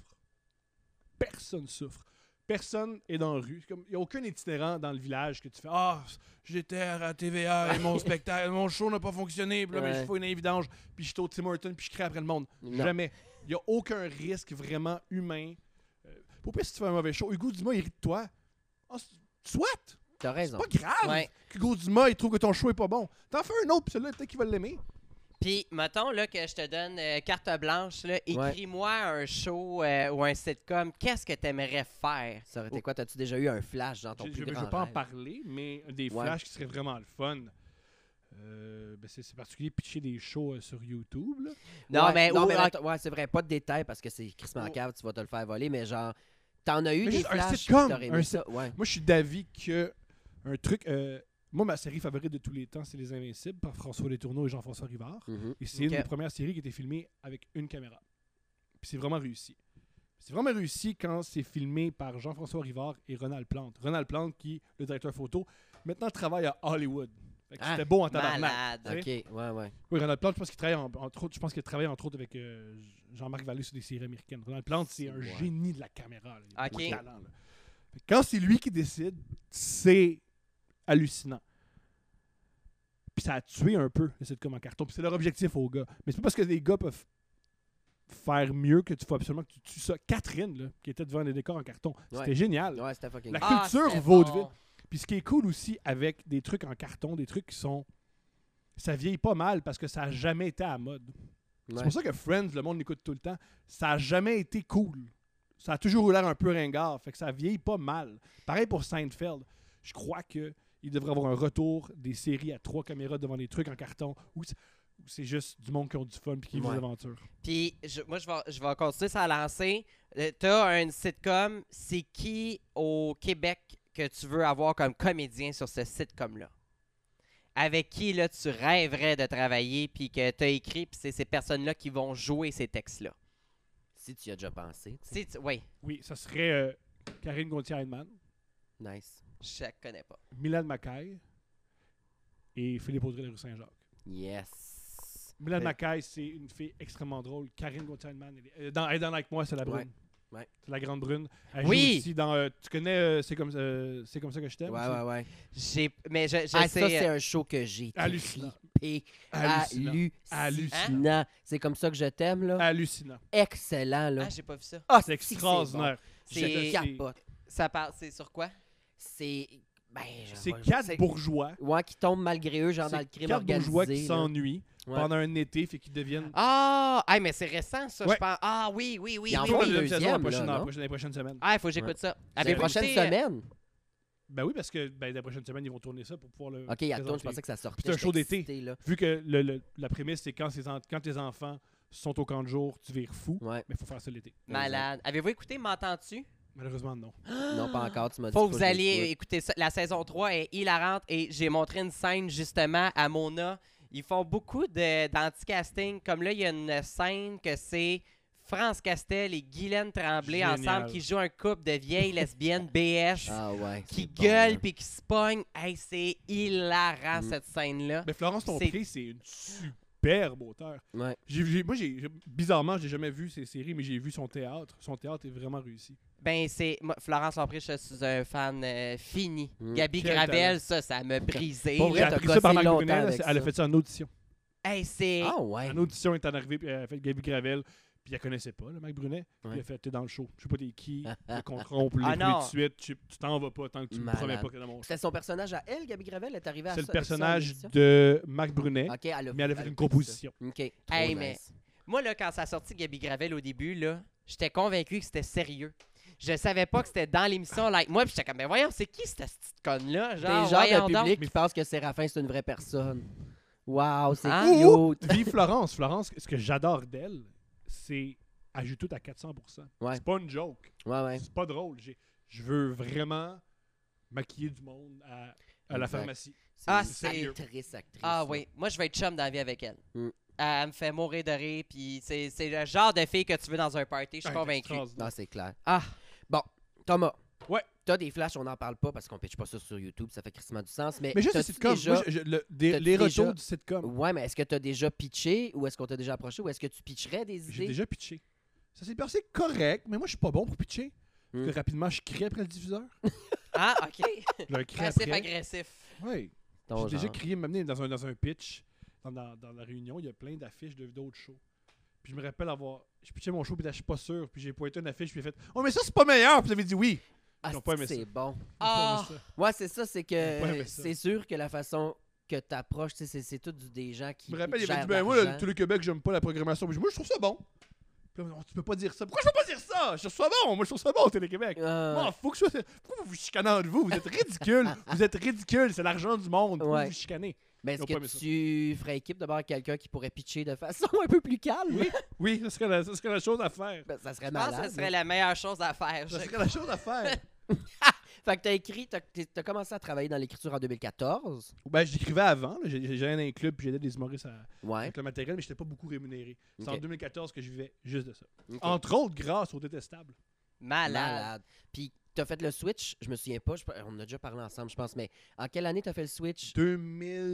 Personne souffre. Personne est dans la rue. C'est comme- Il n'y a aucun itinérant dans le village que tu fais Ah, j'étais à la TVA et mon spectacle, mon show n'a pas fonctionné, puis là, mais
Ouais.
je fais une évidange, puis je suis au Tim Hortons, puis je crée après le monde.
Non.
Jamais. Il n'y a aucun risque vraiment humain. Euh, Pour pire, si tu fais un mauvais show, Hugo Dumas, il rit de toi. Ah, c'est- soit!
T'as raison.
Pas grave!
Ouais.
Hugo Dumas, il trouve que ton show est pas bon. T'en fais un autre, puis celui-là, peut-être qu'il va l'aimer.
Puis mettons là que je te donne euh, carte blanche là, écris-moi un show euh, ou un sitcom, qu'est-ce que t'aimerais faire
Ça aurait été quoi? T'as-tu déjà eu un flash dans ton
Je
plus
ne
grand
veux pas en
rêve?
parler, mais des
Ouais.
flashs qui seraient vraiment le fun. Euh, ben, c'est c'est particulier pitcher des shows euh, sur YouTube. là.
Non
Ouais,
mais, ou-
mais
ah,
attends, ouais, c'est vrai, pas de détails parce que c'est Chris
Ou-
cave, tu vas te le faire voler, mais genre, t'en as eu
Mais
des
juste un
flashs.
sitcom,
puis t'aurais
un
aimé
sit-
ça, ouais.
Moi, je suis d'avis que un truc. euh, moi, ma série favorite de tous les temps, c'est Les Invincibles par François Letourneau et Jean-François Rivard.
Mhm.
Et c'est une
Ok.
des premières séries qui était filmée avec une caméra. Puis c'est vraiment réussi. C'est vraiment réussi quand c'est filmé par Jean-François Rivard et Ronald Plante. Ronald Plante, qui, le directeur photo, maintenant travaille à Hollywood. Fait que
Ah,
C'était beau en tabarnak.
malade.
Ouais.
Ok, ouais, ouais.
Oui, Ronald Plante, je pense qu'il travaille en- entre autres, je pense qu'il travaille entre autres avec euh, Jean-Marc Vallée sur des séries américaines. Ronald Plante, c'est un
Ouais.
génie de la caméra. là. Il a
Ok.
beaucoup de talent, là. Fait que Quand c'est lui qui décide, c'est hallucinant. Puis ça a tué un peu le sitcom en carton. Puis c'est leur objectif aux gars. Mais c'est pas parce que les gars peuvent faire mieux que tu faut absolument que tu tues ça. Catherine, là, qui était devant les décors en carton,
Ouais.
c'était génial.
Ouais, c'était fucking
La-
cool.
Ah,
culture
c'était
vaudeville.
bon.
Puis ce qui est cool aussi avec des trucs en carton, des trucs qui sont. Ça vieillit pas mal parce que ça a jamais été à la mode. C'est
Ouais.
pour ça que Friends, le monde l'écoute tout le temps. Ça a jamais été cool. Ça a toujours eu l'air un peu ringard. Fait que ça vieillit pas mal. Pareil pour Seinfeld. Je crois que il devrait avoir un retour des séries à trois caméras devant des trucs en carton où c'est- où c'est juste du monde qui ont du fun puis qui vit
Ouais.
l'aventure.
Puis je- moi je vais je vais continuer ça à lancer. Euh, T'as une sitcom, c'est qui au Québec que tu veux avoir comme comédien sur ce sitcom là Avec qui là tu rêverais de travailler puis que t'as écrit puis c'est ces personnes là qui vont jouer ces textes là.
Si tu y as déjà pensé, tu sais.
Si tu- oui,
Oui, ça serait euh, Karine Gontier-Heinemann,
Nice.
je la connais pas.
Milan Mackay et Philippe Audrey de Rue-Saint-Jacques.
Yes.
Milan
Fait-
Mackay, c'est une fille extrêmement drôle. Karine Gauthier-Mann, euh, dans Aide avec moi, c'est la brune.
Ouais. Ouais.
C'est la grande brune. Elle
Oui.
joue aussi dans. euh, tu connais euh, C'est comme, euh, C'est comme ça que je
Ouais,
t'aime
ouais,
aussi?
ouais.
J'ai mais je, je
Ah,
sais
ça,
euh,
c'est un show que j'ai
Hallucinant.
trippé. Ah,
Hallucinant.
Hallucinant. C'est comme ça que je t'aime, là.
Hallucinant.
Excellent, là.
Ah, j'ai pas vu ça.
Ah,
C'est
si que
extraordinaire.
bon.
C'est-
Je capote.
Ça parle, c'est sur quoi?
C'est. Ben, je-
C'est
je-
quatre
c'est-
bourgeois.
Ouais, qui tombent malgré eux, genre dans le
C'est
crime
quatre bourgeois
organisé.
qui
là.
s'ennuient.
Ouais.
pendant un été, fait qu'ils deviennent.
Ah, hey, mais c'est récent, ça,
Ouais.
je pense. Ah oui, oui, oui.
Ils en
oui,
font
oui.
une
la
deuxième,
saison la
là,
prochaine, dans la
non?
prochaine- dans les prochaines semaines.
Ah, il faut que j'écoute ça.
Les
Avez-vous
prochaines
hein.
écouté, euh,
semaines.
Ben oui, parce que ben, la prochaine semaine, ils vont tourner ça pour pouvoir le.
Ok, il tourne, je
présenter.
pensais que ça sortait.
C'est un
j'étais
show d'été.
excité, là.
Vu que le- le- la prémisse, c'est quand, ses en- quand tes enfants sont au camp de jour, tu vires fou.
Ouais.
Mais il faut faire ça l'été.
Malade. Avez-vous écouté M'entends-tu?
Malheureusement, non.
Non,
Ah.
pas encore, tu m'as dit.
Faut
qu'il
que
faut
vous
je
alliez
l'écoute.
écouter ça. La saison 3 est hilarante et j'ai montré une scène justement à Mona. Ils font beaucoup de- d'anti-casting. Comme là, il y a une scène que c'est France Castel et Guylaine Tremblay
Génial.
ensemble qui jouent un couple de vieilles lesbiennes BS
Ah ouais.
qui
c'est bon,
gueulent
là.
puis qui se pognent. Hey, c'est hilarant
Mm.
cette scène-là.
Mais Florence
C'est-
Tompré, c'est une superbe auteure.
Ouais.
J'ai- j'ai- moi, j'ai, j'ai- bizarrement, j'ai jamais vu ses séries, mais j'ai vu son théâtre. Son théâtre est vraiment réussi.
Ben, c'est. moi, Florence Lompré, je suis un fan euh, fini.
Mm.
Gabi
Quel
Gravel, ça, ça m'a brisé.
Pour
J'ai
vrai,
là.
t'as
appris
gossé
ça par Marc
longtemps
Brunel.
avec
Elle a
ça.
fait ça en audition.
Hey, c'est.
Ah ouais.
En audition, elle est en arrivée, puis elle a fait Gabi Gravel, puis elle connaissait pas, le Marc Brunet. Puis
Ouais.
elle a fait T'es dans le show. Je sais pas t'es qui, le contrôle, pour
Ah
l'écouter
non.
tout de suite. Tu, tu t'en vas pas tant que tu me
Malade.
promets pas que dans mon show.
C'était son personnage à elle, Gabi Gravel, elle est arrivée à
C'est le
ça- avec ça en
personnage
émission?
de Marc Brunet,
Ok, elle a
mais elle a fait une
ça.
composition.
Ok.
Hey,
trop
mais-
nice.
Moi, là, quand ça a sorti Gabi Gravel au début, là, j'étais convaincu que c'était sérieux. Je savais pas que c'était dans l'émission like moi, puis j'étais comme, mais voyons, c'est qui cette petite conne-là?
T'es le
Genre,
genre
voyons
de
donc.
public qui pense que Séraphin, c'est une vraie personne. Wow, c'est
Hein?
cute.
Vive Florence. Florence, ce que j'adore d'elle, c'est ajoute tout à 400
Ouais.
C'est pas une joke.
Ouais, ouais.
C'est pas drôle. J'ai- Je veux vraiment maquiller du monde à, à la
Exact.
pharmacie.
Ah,
C'est
c'est-
une actrice, actrice.
Ah
là.
oui, moi, je vais être chum dans la vie avec elle.
Mm.
Euh, Elle me fait mourir de rire, puis c'est c'est le genre de fille que tu veux dans un party, je suis
Ah,
convaincu.
Non, c'est clair.
Ah,
Thomas.
Ouais.
T'as des flashs, on n'en parle pas parce qu'on pitch pas ça sur YouTube, ça fait crissement du sens. Mais,
Mais juste le
t'as-tu
sitcom.
déjà-
moi, je- je- le- des-
t'as-tu
les
déjà-
retours du sitcom.
Ouais, mais est-ce que t'as déjà pitché ou est-ce qu'on t'a déjà approché ou est-ce que tu pitcherais des
J'ai
idées?
déjà pitché. Ça s'est passé correct, mais moi, je suis pas bon pour pitcher. Parce
Hmm.
que rapidement, je crie après le diffuseur.
ah OK.
Je leur
Ben,
crie
Passif
après.
agressif.
Ouais.
Ton
J'ai déjà
genre.
crié, m'amener dans un, dans un pitch, dans, dans- dans la réunion, il y a plein d'affiches de- d'autres shows. Puis je me rappelle avoir. Je pitchais mon show, puis là, je suis pas sûr. Puis j'ai pointé une affiche, puis j'ai fait Oh, mais ça, c'est pas meilleur! Puis vous avez dit oui.
Ah,
Ils ont pas
c'est-
aimé
c'est bon.
Ah,
J'ai pas aimé ça.
Ouais, c'est ça, c'est
Ils ont pas
que
aimé ça.
c'est sûr que la façon que t'approches, tu sais, c'est c'est tout du- des gens qui.
Je me rappelle, il avait
gèrent
dit Ben, moi,
l'argent.
tout le Québec, j'aime pas la programmation. Puis je- moi, je trouve ça bon. Puis là, on dit, tu peux pas dire ça. Pourquoi je peux pas dire ça? Je trouve ça bon. Moi, je trouve ça bon, Télé-Quéc.
Ah,
Moi, faut que je sois- Pourquoi vous vous chicanez entre vous? Vous êtes ridicule. vous êtes ridicule. C'est l'argent du monde. Pourquoi
Ouais.
vous vous chicanez?
mais
ils
est-ce
ont pas aimé
que
ça.
tu ferais équipe d'abord avec quelqu'un qui pourrait pitcher de façon un peu plus calme?
Oui. Oui, ça serait la, ça serait la chose à faire.
Ben, ça serait
je pense
malade.
que ce serait
là.
la meilleure chose à faire.
Ça
je-
serait la chose à faire.
Fait que t'as écrit, t'as t'as commencé à travailler dans l'écriture en 2014.
Ben, j'écrivais avant. là. J'ai- j'ai- J'allais dans un club, puis j'aidais des humoristes à-
Ouais.
avec le matériel, mais j'étais pas beaucoup rémunéré. C'est en
Ok.
2014 que je vivais juste de ça.
Ok.
Entre autres, grâce au détestable.
Malade.
Malade. Puis t'as fait le switch, je me souviens pas, je- on en a déjà parlé ensemble, je pense, mais en quelle année t'as fait le switch?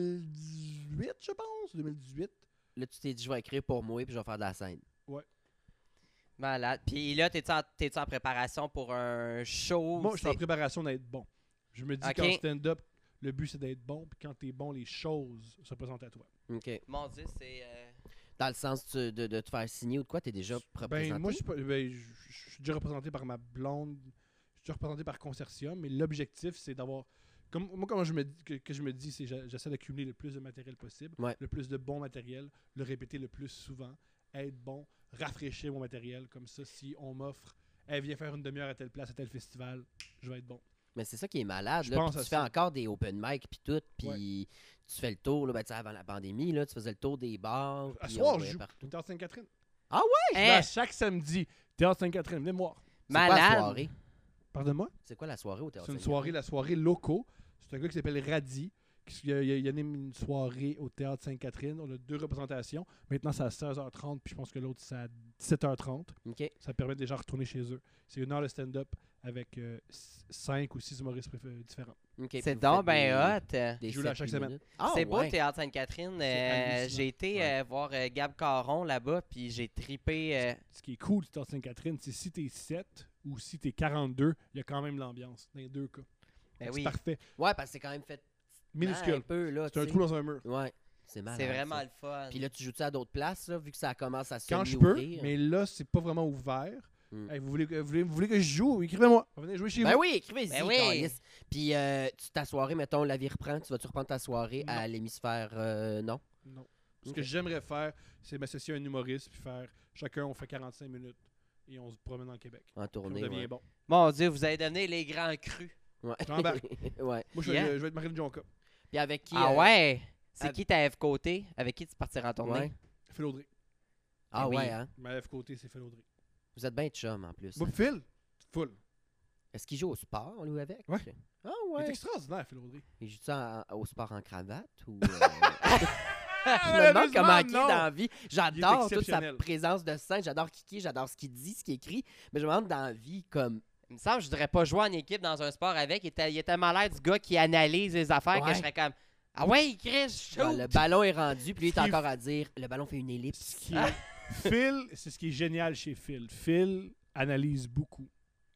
2018, je pense. 2018.
Là, tu t'es dit, je vais écrire pour moi, puis je vais faire de la scène.
Malade. Puis là, t'es-tu en, t'es-tu en préparation pour un
Oh,
show?
Moi, je suis en
C'est-
préparation d'être bon. Je me dis
Ok.
qu'en stand-up, le but c'est d'être bon, puis quand t'es bon, les choses se présentent à toi.
OK.
Mon Dieu, c'est... euh,
Dans le sens tu- de, de te faire signer ou de quoi, t'es déjà représenté?
Ben, moi, je suis pas- ben, je je suis déjà représenté par ma blonde, je suis déjà représenté par Consortium, mais l'objectif, c'est d'avoir. Comme, moi, comment je me, dis- que, que je me dis, c'est j'a- j'essaie d'accumuler le plus de matériel possible,
Ouais.
le plus de bon matériel, le répéter le plus souvent, être bon, rafraîchir mon matériel. Comme ça, si on m'offre, elle vient faire une demi-heure à telle place, à tel festival, je vais être bon.
Mais c'est ça qui est malade.
Je
Là, puis
pense
tu
à
fais
ça.
encore des open mic, puis tout, puis tu fais le tour, là, ben, tu sais, avant la pandémie, là, tu faisais le tour des bars.
À
puis
soir,
on
je
voyait
joue
partout. Ah
au Théâtre Sainte-Catherine. Je vais
hein,
à chaque samedi, Théâtre Sainte-Catherine, venez me voir.
C'est quoi la
malade.
soirée?
Pardonne-moi?
C'est quoi la soirée au théâtre?
C'est une
Saint-Gabriel?
soirée, la soirée Loco. C'est un gars qui s'appelle Radi. qui s- Il a, il a- il anime une soirée au Théâtre Sainte-Catherine. On a deux représentations. Maintenant, c'est à 16h30, puis je pense que l'autre, c'est à 17h30.
OK.
Ça permet déjà de retourner chez eux. C'est une heure de stand-up avec euh, s- cinq ou six humoristes préfé- différents.
OK, puis
C'est
vous
donc
faites
bien hot.
ben
hein.
des
Je joue là
7-8
chaque semaine.
minutes. Ah,
c'est beau le
ouais.
théâtre Sainte-Catherine.
C'est
Euh,
hallucinant.
j'ai été
Ouais.
euh, voir euh, Gab Caron là-bas, puis j'ai tripé. euh,
Ce qui est cool du Théâtre Sainte-Catherine, c'est si t'es 7 ou si t'es 42, il y a quand même l'ambiance dans les deux cas.
Ben
C'est
oui.
parfait.
Ouais, parce que c'est quand même fait un
Minuscule.
peu, là.
C'est un
tu
trou dans un mur.
sais. Ouais. C'est malade.
C'est vraiment
ça.
le fun.
Puis là, tu joues-tu à d'autres places, là, vu que ça commence à se
quand je peux,
mi-ouvrir?
mais là, c'est pas vraiment ouvert.
Mm.
Hey, vous, voulez, que- vous, voulez, vous voulez que je joue? Écrivez-moi. Venez jouer chez
Ben
vous.
oui, écrivez-y,
Ben oui.
câlisse. Puis euh, tu ta soirée, mettons, la vie reprend, tu vas-tu reprendre ta soirée à l'hémisphère euh, non?
Non. Ce que j'aimerais faire, c'est m'associer à un humoriste puis faire chacun, on fait 45 minutes et on se promène en Québec.
En
Puis
tournée.
on devient
ouais.
bon.
Mon Dieu, vous avez donné les grands crus.
Ouais.
J'embarque.
ouais.
Moi, je vais,
Yeah.
je vais être Marine Jonca.
Puis avec qui
Ah
euh,
ouais? C'est
Ab-
qui ta F côté? Avec qui tu partirais en tournée?
Ouais.
Phil Audrey.
Ah
Eh oui.
ouais, hein?
Ma F côté, c'est Phil Audrey.
Vous êtes bien chum en plus.
Moi, Phil, full.
Est-ce qu'il joue au sport, lui, avec?
Ouais.
Ah
Il est
ouais.
extraordinaire, Phil Audrey.
Il joue ça au sport en cravate ou. euh, Je me demande comment il est dans la vie. J'adore toute sa
exceptionnel.
présence de scène. J'adore Kiki, j'adore ce qu'il dit, ce qu'il écrit. Mais je me demande dans la vie, comme.
Il me semble que je voudrais pas jouer en équipe dans un sport avec. Il était, il était malade du gars qui analyse les affaires que
Ouais.
je serais comme Ah ouais, il crée shoot!
genre, le ballon est rendu, puis lui, il est
Ce qui est-
encore à dire le ballon fait une ellipse.
Ce qui est- Phil, c'est ce qui est génial chez Phil. Phil analyse beaucoup.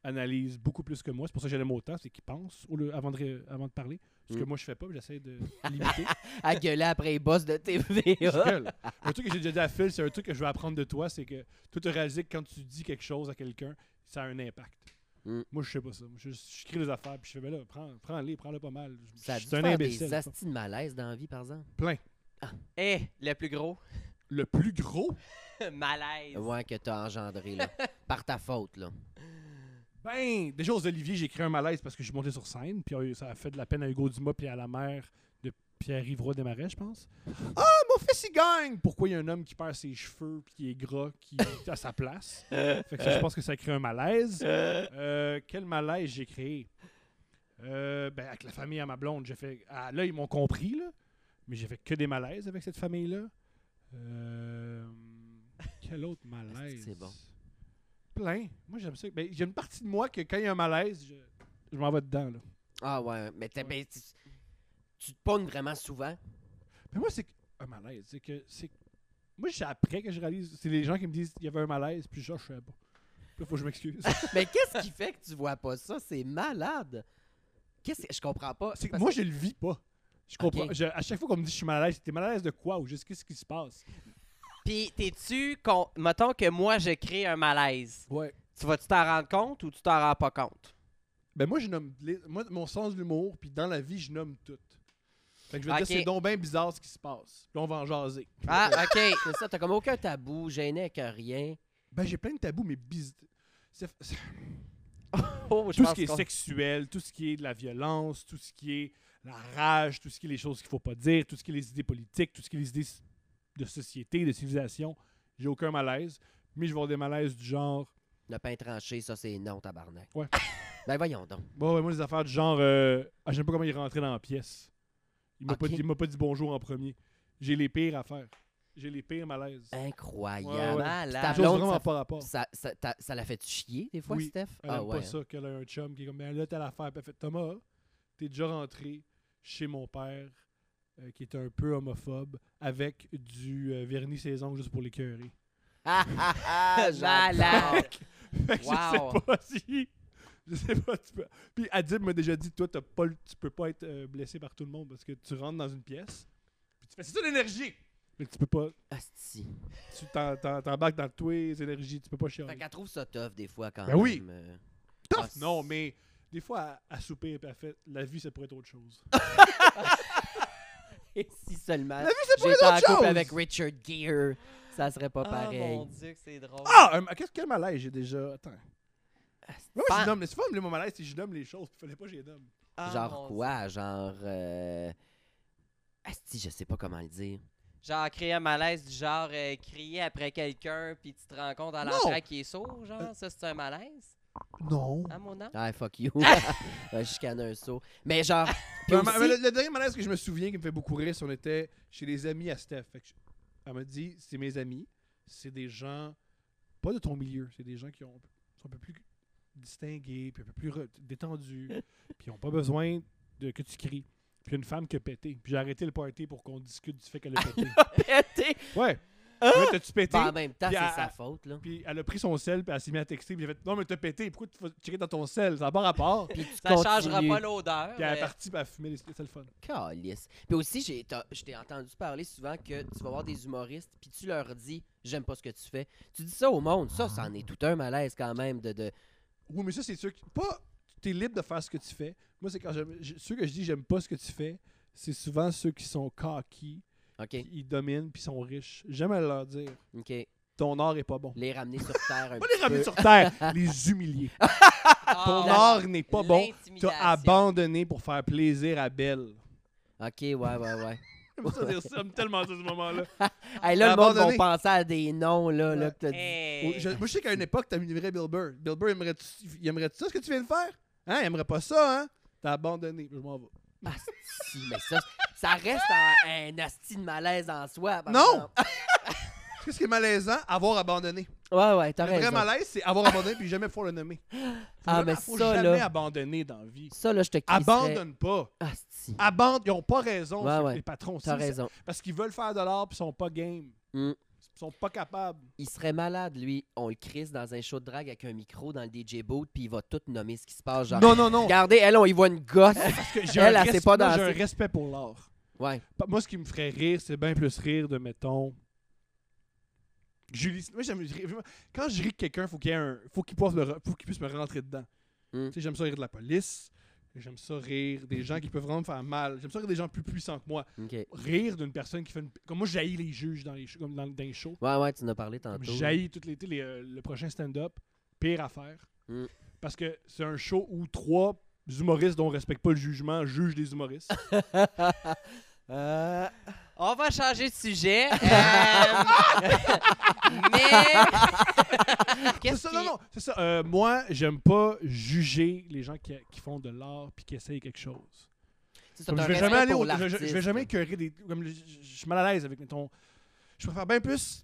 Analyse beaucoup plus que moi. C'est pour ça que j'aime autant. C'est qu'il pense au lieu- avant, de, ré- avant de parler. Ce que
Mm.
moi, je fais pas, mais j'essaie de limiter.
à gueuler après les boss de
Je
TVA.
gueule. un truc que j'ai déjà dit à Phil, c'est un truc que je veux apprendre de toi, c'est que toi, tu réalises que quand tu dis quelque chose à quelqu'un, ça a un impact.
Mm.
Moi, je sais pas ça. Moi, Je, je crée les affaires, puis je fais, ben là, prends- prends-les, prends-le pas mal. Je-
Ça a
je
dû
suis un
faire
imbécile.
des astis de malaise dans la vie, par exemple.
Eh, le plus gros
Le plus gros?
malaise.
Ouais, que t'as engendré, là. par ta faute, là.
Ben, déjà aux Olivier, j'ai créé un malaise parce que je suis monté sur scène, puis euh, ça a fait de la peine à Hugo Dumas puis à la mère de Pierre-Yves Roy Desmarais, je pense. Ah, mon fils, il gagne! Pourquoi il y a un homme qui perd ses cheveux puis qui est gras, qui est à sa place? Fait que ça, je pense que ça crée un malaise. Euh, quel malaise j'ai créé? Euh, ben, avec la famille à ma blonde, j'ai fait... Ah, là, ils m'ont compris, là, mais j'ai fait que des malaises avec cette famille-là. Euh, quel autre
Est-ce
malaise?
que c'est bon?
Plein. Moi, j'aime ça. Ben, j'ai une partie de moi que quand il y a un malaise, je, je m'en vais dedans, là.
Ah ouais, mais t'es- ben, tu, tu te pognes vraiment souvent.
Mais moi, c'est que- un malaise. C'est que c'est moi, c'est après que je réalise. C'est les gens qui me disent qu'il y avait un malaise, puis genre, je sais pas. Puis Là, faut que je m'excuse.
mais qu'est-ce qui fait que tu vois pas ça? C'est malade. Qu'est-ce que... Je comprends pas.
C'est que
Parce-
moi, je le vis pas. Je comprends.
Ok.
je- à chaque fois qu'on me dit que je suis mal à l'aise, t'es mal à l'aise de quoi ou juste qu'est-ce qui se passe?
Puis t'es-tu. con- Mettons que moi je crée un malaise.
Ouais.
Tu vas-tu t'en rendre compte ou tu t'en rends pas compte?
Ben moi, je nomme. les- Moi, mon sens de l'humour, puis dans la vie, je nomme tout. Fait que je vais
Ok.
dire, c'est donc bien bizarre ce qui se passe. Puis on va en jaser.
Ah, ok.
C'est ça, t'as comme aucun tabou, gêné que rien.
Ben, j'ai plein de tabous, mais biz... c'est- c'est-
Oh, je
tout
pense
ce qui est
qu'on-
sexuel, tout ce qui est de la violence, tout ce qui est la rage, tout ce qui est les choses qu'il faut pas dire, tout ce qui est les idées politiques, tout ce qui est les idées s- de société, de civilisation, j'ai aucun malaise, mais je vais avoir des malaises du genre
Le pain tranché, ça, c'est non, tabarnak.
Ouais.
ben voyons donc.
bon ouais, moi les affaires du genre euh, ah, j'aime pas comment il est rentré dans la pièce. Il m'a pas
Ok.
dit- il m'a pas dit bonjour en premier. J'ai les pires affaires. J'ai les pires malaises. Ouais,
Incroyable. Euh,
ouais.
Ta
Des
Malade.
choses
blonde,
vraiment
ça-
pas rapport.
Ça, ça, t'a- ça l'a fait chier, des fois,
Oui,
Steph? Ah
Elle aime pas
hein.
ça qu'elle a un chum qui est comme, ben là, t'as l'affaire. Puis elle fait, Thomas, t'es déjà rentré chez mon père, euh, qui est un peu homophobe, avec du euh, vernis ses ongles juste pour l'écœurer.
Ah, ah, ah, j'adore.
Malade.
Fait que
Wow.
Je sais pas si. Je sais pas. Tu peux... Puis Adib m'a déjà dit, toi, t'as pas, le- tu peux pas être euh, blessé par tout le monde parce que tu rentres dans une pièce, puis tu fais, c'est ça l'énergie! Mais tu peux pas.
Asti.
Tu t'en- t'en- t'embarques dans toutes les énergies, tu peux pas
Fait
chialer.
qu'elle trouve ça tough, des fois, quand
Ben oui.
même, euh.
Tough!
Ah,
non, mais des fois, à, souper, puis elle fait, la vie, ça pourrait être autre chose.
Euh, Et si seulement j'étais en couple avec Richard Gere, ça serait pas
Ah,
pareil.
mon Dieu, que c'est drôle.
Ah! un- qu'est-ce que malaise j'ai déjà. Attends. Mais moi,
Pas-
je nomme, c'est pas nommer mon malaise, c'est que je nomme les choses. Il fallait pas que je les nomme.
Ah,
Genre
mon
quoi? Genre... Euh... Asti, je sais pas comment le dire.
Genre, créer un malaise du genre euh, crier après quelqu'un, puis tu te rends compte à
Non.
l'entrée qui est sourd, genre, ça c'est un malaise,
Non.
à mon âme.
Ah, fuck you. Ouais, Chicane un saut. Mais genre... puis
Le,
aussi-
le dernier malaise que je me souviens qui me fait beaucoup rire, c'est on était chez les amis à Steph. Fait que je- elle m'a dit c'est mes amis, c'est des gens, pas de ton milieu, c'est des gens qui ont, sont un peu plus distingués, puis un peu plus re- détendus, puis ils n'ont pas besoin de, que tu cries. Puis il y a une femme qui a pété. Puis j'ai arrêté le party pour qu'on discute du fait qu'elle a pété.
pété.
ouais. Ouais, T'as-tu pété?
Ben, en même temps,
Puis
c'est
à-
sa faute, là.
Puis elle a pris son sel, puis elle s'est mise à texter. Puis j'ai fait Non, mais t'as pété, pourquoi tu vas checker dans ton sel Ça n'a pas rapport. puis
Ça changera
continue.
pas l'odeur.
elle est
mais-
partie, puis elle a fumé les téléphones.
Calisse. Puis aussi, j'ai, t'as- je t'ai entendu parler souvent que tu vas voir des humoristes, puis tu leur dis « J'aime pas ce que tu fais ». Tu dis ça au monde, ça, ça en est tout un malaise quand même de... de...
Oui, mais ça, c'est sûr que. Pas. T'es libre de faire ce que tu fais. Moi, c'est quand j'aime. je- Ceux que je dis, j'aime pas ce que tu fais, c'est souvent ceux qui sont cocky,
OK.
Puis Ils dominent, puis ils sont riches. J'aime à leur dire
OK.
ton art est pas bon.
Les ramener sur terre un
Pas
petit
les ramener sur terre, les humilier.
ah,
Ton art n'est pas bon. T'as abandonné pour faire plaisir à Belle.
OK, ouais, ouais, ouais.
J'aime ça dire ça, j'aime tellement ça ce moment-là.
Hey, là, le monde va
Abandonné.
penser à des noms, là, là que t'as dit.
Hey.
Je- moi, je sais qu'à une époque, t'aimerais Bill Burr. Bill Burr, aimerait-tu- il aimerait ça ce que tu viens de faire? Hein? Il aimerait pas ça, hein? T'as abandonné. Je m'en vais.
Asti, mais ça, ça reste un, un asti de malaise en soi. par
Non!
exemple.
Qu'est-ce qui est malaisant? Avoir abandonné.
Ouais, ouais, t'as
Le vrai
raison.
malaise, c'est avoir abandonné puis jamais faut le nommer. Faut
Ah,
jamais-
mais
faut
ça,
jamais
là.
abandonner dans la vie.
Ça, là, je te crisserais.
Abandonne pas.
Asti,
Abandonne. Ils ont pas raison,
Ouais,
ceux-
ouais.
les patrons.
t'as
Si,
raison.
c'est- Parce qu'ils veulent faire de l'art puis ils sont pas game.
Mm.
Ils sont pas capables.
Il serait malade, lui. On le crisse dans un show de drague avec un micro dans le DJ booth, puis il va tout nommer ce qui se passe. Genre,
Non, non, non.
regardez, elle, on y voit une gosse.
Parce que j'ai
Elle,
un,
elle sait
res-
pas
moi, j'ai un
danser.
respect pour l'art.
ouais.
Pa- Moi, ce qui me ferait rire, c'est bien plus rire de, mettons, Julie. Moi, j'aime rire- vraiment, Quand je ris de quelqu'un, faut qu'il y ait un... faut qu'il puisse, me re- faut qu'il puisse me rentrer dedans.
Mm.
Tu sais, j'aime ça rire de la police. J'aime ça rire des gens qui peuvent vraiment me faire mal. J'aime ça rire des gens plus puissants que moi.
OK. Ouais,
Rire d'une personne qui fait une. Comme moi, j'haïs les juges dans les, shows- comme dans, dans les shows.
ouais, tu en as parlé
Comme
tantôt.
J'haïs tout l'été les, euh, le prochain stand-up. Pire affaire.
Mm.
Parce que c'est un show où trois humoristes dont on respecte pas le jugement jugent des humoristes.
Euh,
On va changer de sujet. Euh, mais.
C'est
Qu'est-ce
ça,
qui-
non, non, c'est ça. Euh, moi, j'aime pas juger les gens qui, qui font de l'art puis qui essayent quelque chose.
c'est ça,
Comme
t'as
je
un
vais
respect
jamais aller
pour
au, je, je- je
l'artiste.
vais jamais écœurer des comme je, je- je suis mal à l'aise avec mettons je préfère bien plus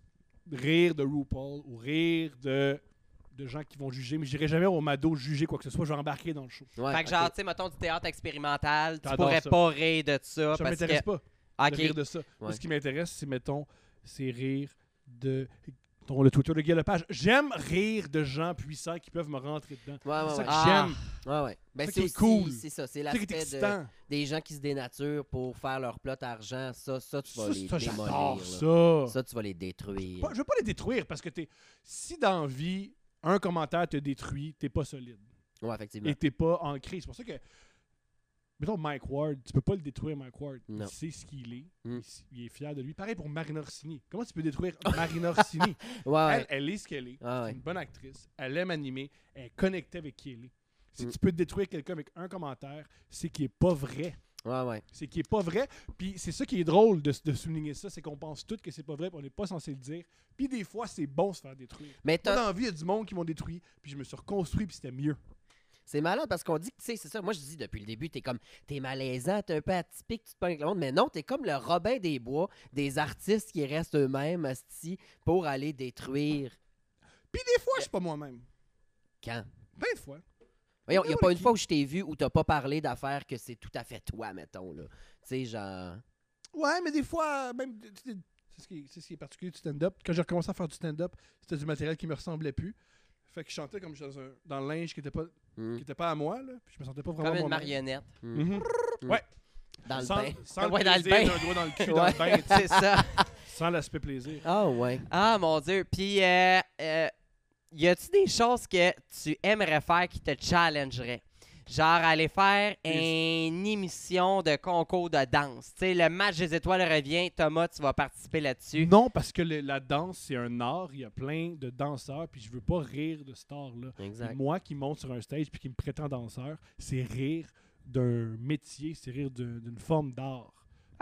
rire de RuPaul ou rire de de gens qui vont juger, mais j'irai jamais au Mado juger quoi que ce soit, je vais embarquer dans le show.
Ouais,
Fait que,
ok.
genre, tu sais, mettons du théâtre expérimental, tu
T'adores
pourrais
ça.
pas rire de
Ah,
ça.
Ça
parce
m'intéresse
que...
pas
pas.
de rire de ça. Moi,
Ouais.
ce qui m'intéresse, c'est mettons, c'est rire de ton- le Twitter de Guy Lepage. J'aime rire de gens puissants qui peuvent me rentrer dedans.
Ouais, ouais,
c'est ça
ouais.
que
Ah,
j'aime.
Ouais, ouais. Ben, c'est
ça qui est
aussi-
cool.
C'est ça, c'est
C'est ça qui est
l'aspect de,
excitant.
des gens qui se dénaturent pour faire leur plot argent. Ça, ça, tu vas
Ça,
les
ça,
démolir.
j'adore
là.
ça.
Ça, tu vas les
Je veux
détruire.
pas- je veux pas les détruire parce que t'es, si dans la vie, un commentaire te détruit, t'es pas solide.
Ouais, effectivement.
Et t'es pas ancré. C'est pour ça que, mettons Mike Ward, tu peux pas le détruire, Mike Ward.
Non.
Il sait ce qu'il est.
Mm.
Il, s- il est fier de lui. Pareil pour Marina Orsini. Comment tu peux détruire Marina Orsini?
Ouais, ouais.
Elle, elle est ce qu'elle est.
Ah ouais.
C'est une bonne actrice. Elle aime animer. Elle est connectée avec qui elle est. Si
Mm.
tu peux détruire quelqu'un avec un commentaire, c'est qu'il est pas vrai.
Ouais, ouais.
C'est qui est pas vrai. Puis c'est ça qui est drôle de, de souligner ça, c'est qu'on pense tout que c'est pas vrai, puis on n'est pas censé le dire. Puis des fois, c'est bon de se faire détruire.
Mais
Moi,
t'as-
dans la vie, il y a du monde qui m'ont détruit, puis je me suis reconstruit, puis c'était mieux.
c'est malade parce qu'on dit que, tu sais, c'est ça. Moi, je dis depuis le début, t'es comme, t'es malaisant, t'es un peu atypique, tu te pognes avec le monde. Mais non, t'es comme le Robin des Bois, des artistes qui restent eux-mêmes, asti, pour aller détruire.
Puis des fois, je suis pas moi-même.
Quand?
Plein de fois.
Voyons, il n'y a
N'importe
pas une
qui.
fois où je t'ai vu où t'as pas parlé d'affaires que c'est tout à fait toi, mettons, là. Tu sais, genre.
Ouais, mais des fois, euh, même. tu sais, C'est ce, qui est, c'est ce qui est particulier du stand-up. Quand j'ai recommencé à faire du stand-up, c'était du matériel qui me ressemblait plus. Fait que je chantais comme dans, un, dans le linge qui était pas,
hmm,
qui était pas à moi, là. Puis je me sentais pas vraiment
Comme une
moi-même.
marionnette.
Mhm.
Dans le
sans,
bain.
sans
Ouais, dans le
plaisir
bain.
d'un doigt dans le cul, dans le bain, tu sais,
C'est ça.
sans l'aspect plaisir.
Ah, ouais.
Ah, mon Dieu. Puis, euh, euh, y a-tu des choses que tu aimerais faire qui te challengeraient? Genre aller faire une émission de concours de danse. Tu sais, le match des étoiles revient. Thomas, tu vas participer là-dessus.
Non, parce que le- la danse, c'est un art. Il y a plein de danseurs, puis je veux pas rire de cet art-là. Puis
Exact.
Moi qui monte sur un stage puis qui me prétend danseur, c'est rire d'un métier, c'est rire d'un- d'une forme d'art.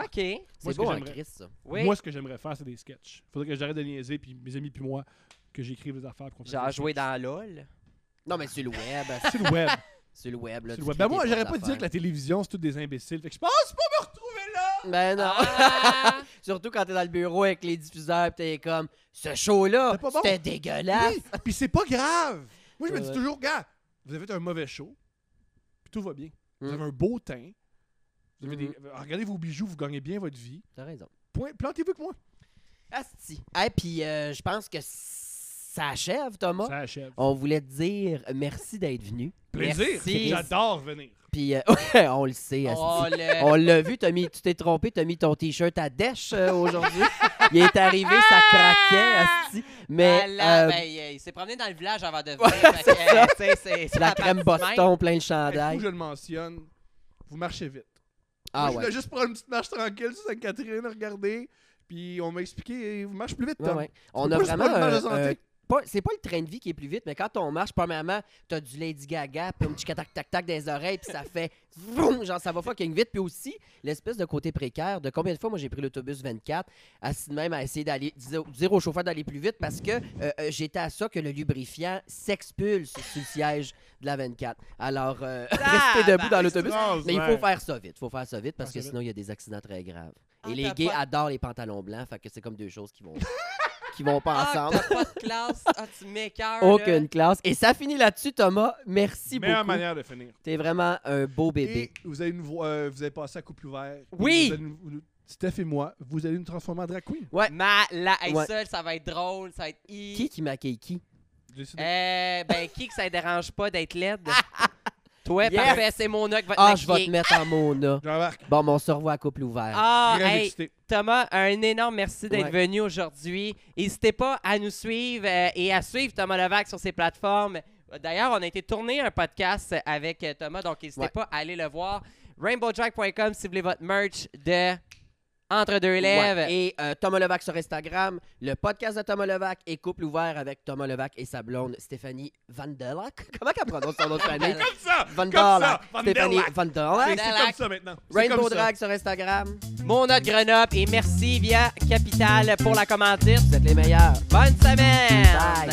OK.
Moi,
C'est
ce
beau
que
en
j'aimerais-
Christ, ça.
Oui.
Moi, ce que j'aimerais faire, c'est des sketchs. Faudrait que j'arrête de niaiser, puis mes amis puis moi, que j'écrive des affaires. puis qu'on fasse
Genre
des
jouer
sketchs.
dans LOL.
Non, mais sur le web.
C'est le web.
sur le web, là.
c'est
tu
le web.
crées
Ben
tes
moi, j'aurais pas
propres
de dire que la
affaires.
télévision, c'est tous des imbéciles. Fait que je pense pas me retrouver là!
Ben non.
Ah!
Surtout quand t'es dans le bureau avec les diffuseurs, pis t'es comme, ce show-là,
C'est pas bon.
c'était dégueulasse.
Oui, puis c'est pas grave. Moi, je me
Ouais,
dis
ouais.
toujours, gars, vous avez fait un mauvais show, puis tout va bien. Vous
Mm.
avez un beau teint. Vous avez des-
Mhm.
Regardez vos bijoux, vous gagnez bien votre vie.
T'as raison.
Point. Plantez-vous avec moi.
Asti. Hey, puis euh, je pense que ça achève, Thomas.
Ça achève.
On voulait te dire merci d'être venu.
Plaisir.
Merci.
J'adore venir.
Puis euh, ouais, on le sait, Asti.
Oh, le-
On l'a vu, t'as mis, tu t'es trompé, t'as mis ton t-shirt à dèche euh, aujourd'hui. Il est arrivé, ça craquait, Asti.
Ah
Mais
là,
euh,
ben, il- il s'est promené dans le village avant de venir. fait que, euh, tu sais, c'est-
c'est
c'est
la
pas
crème
parti de même.
Boston, plein de
Il faut
chandail.
que je le mentionne. Vous marchez vite.
Ah
Moi, Je
ouais.
voulais juste prendre une petite marche tranquille sur Sainte-Catherine, regardez.
Puis on m'a expliqué, vous marchez plus vite,
Ouais,
Tom.
ouais. On a
pas- c'est pas
vraiment.
le mal de
euh,
santé.
euh, pas- c'est pas le train de vie qui est plus vite, mais quand on marche, premièrement, t'as du Lady Gaga, puis un petit tac tac tac des oreilles, puis ça fait vroom, genre ça va fucking vite. Puis aussi, l'espèce de côté précaire de combien de fois moi j'ai pris l'autobus 24, assis de même à essayer d'aller dire, dire au chauffeur d'aller plus vite parce que euh, euh, j'étais à ça que le lubrifiant s'expulse sur le siège de la 24. Alors, euh, restez debout
Ah,
dans l'autobus. Mais il faut faire ça vite, faut faire ça vite parce que sinon il y a des accidents très graves.
Ah,
Et les
t'as
gays
pas-
adorent les pantalons blancs, fait que c'est comme deux choses qui vont qui vont pas
Ah, hein.
ensemble.
t'as pas de classe. Ah, tu m'écœures.
Aucune classe. Et ça finit là-dessus, Thomas. Merci
Meilleure
beaucoup.
manière de finir.
T'es vraiment un beau bébé.
Et vous allez nous voir, euh, vous allez passer à couple ouvert.
Oui!
Vous allez nous- nous- Steph et moi, vous allez nous transformer en drag queen.
Ouais.
Ma, la, hey,
Ouais.
seule, ça va être drôle, ça va être i.
Qui qui maquille qui?
Euh, ben, qui que ça dérange pas d'être laide? Toi,
Yes.
parfait, c'est mon oeil qui va te
Ah, je vais te
maquiller.
mettre en mona.
Jean-Marc,
Bon, mon cerveau à couple ouvert.
Ah,
très
hey,
excité.
Thomas, un énorme merci d'être
Ouais.
venu aujourd'hui. N'hésitez pas à nous suivre euh, et à suivre Thomas Levac sur ses plateformes. D'ailleurs, on a été tourner un podcast avec euh, Thomas, donc n'hésitez
Ouais.
pas à aller le voir. RainbowJack.com si vous voulez votre merch de Entre deux
Ouais.
élèves.
Et euh, Thomas Levac sur Instagram, le podcast de Thomas Levac et couple ouvert avec Thomas Levac et sa blonde Stéphanie Vandelak. Comment qu'elle prononce son nom de famille?
Comme ça!
Vandelak.
Van der
Stéphanie
Lack. C'est
Vandelak.
c'est comme ça maintenant. C'est
Rainbow
comme ça.
Drag sur Instagram.
Mon autre Grenoble et merci via Capital pour la commandite.
Vous êtes les meilleurs.
Bonne semaine!
Bye.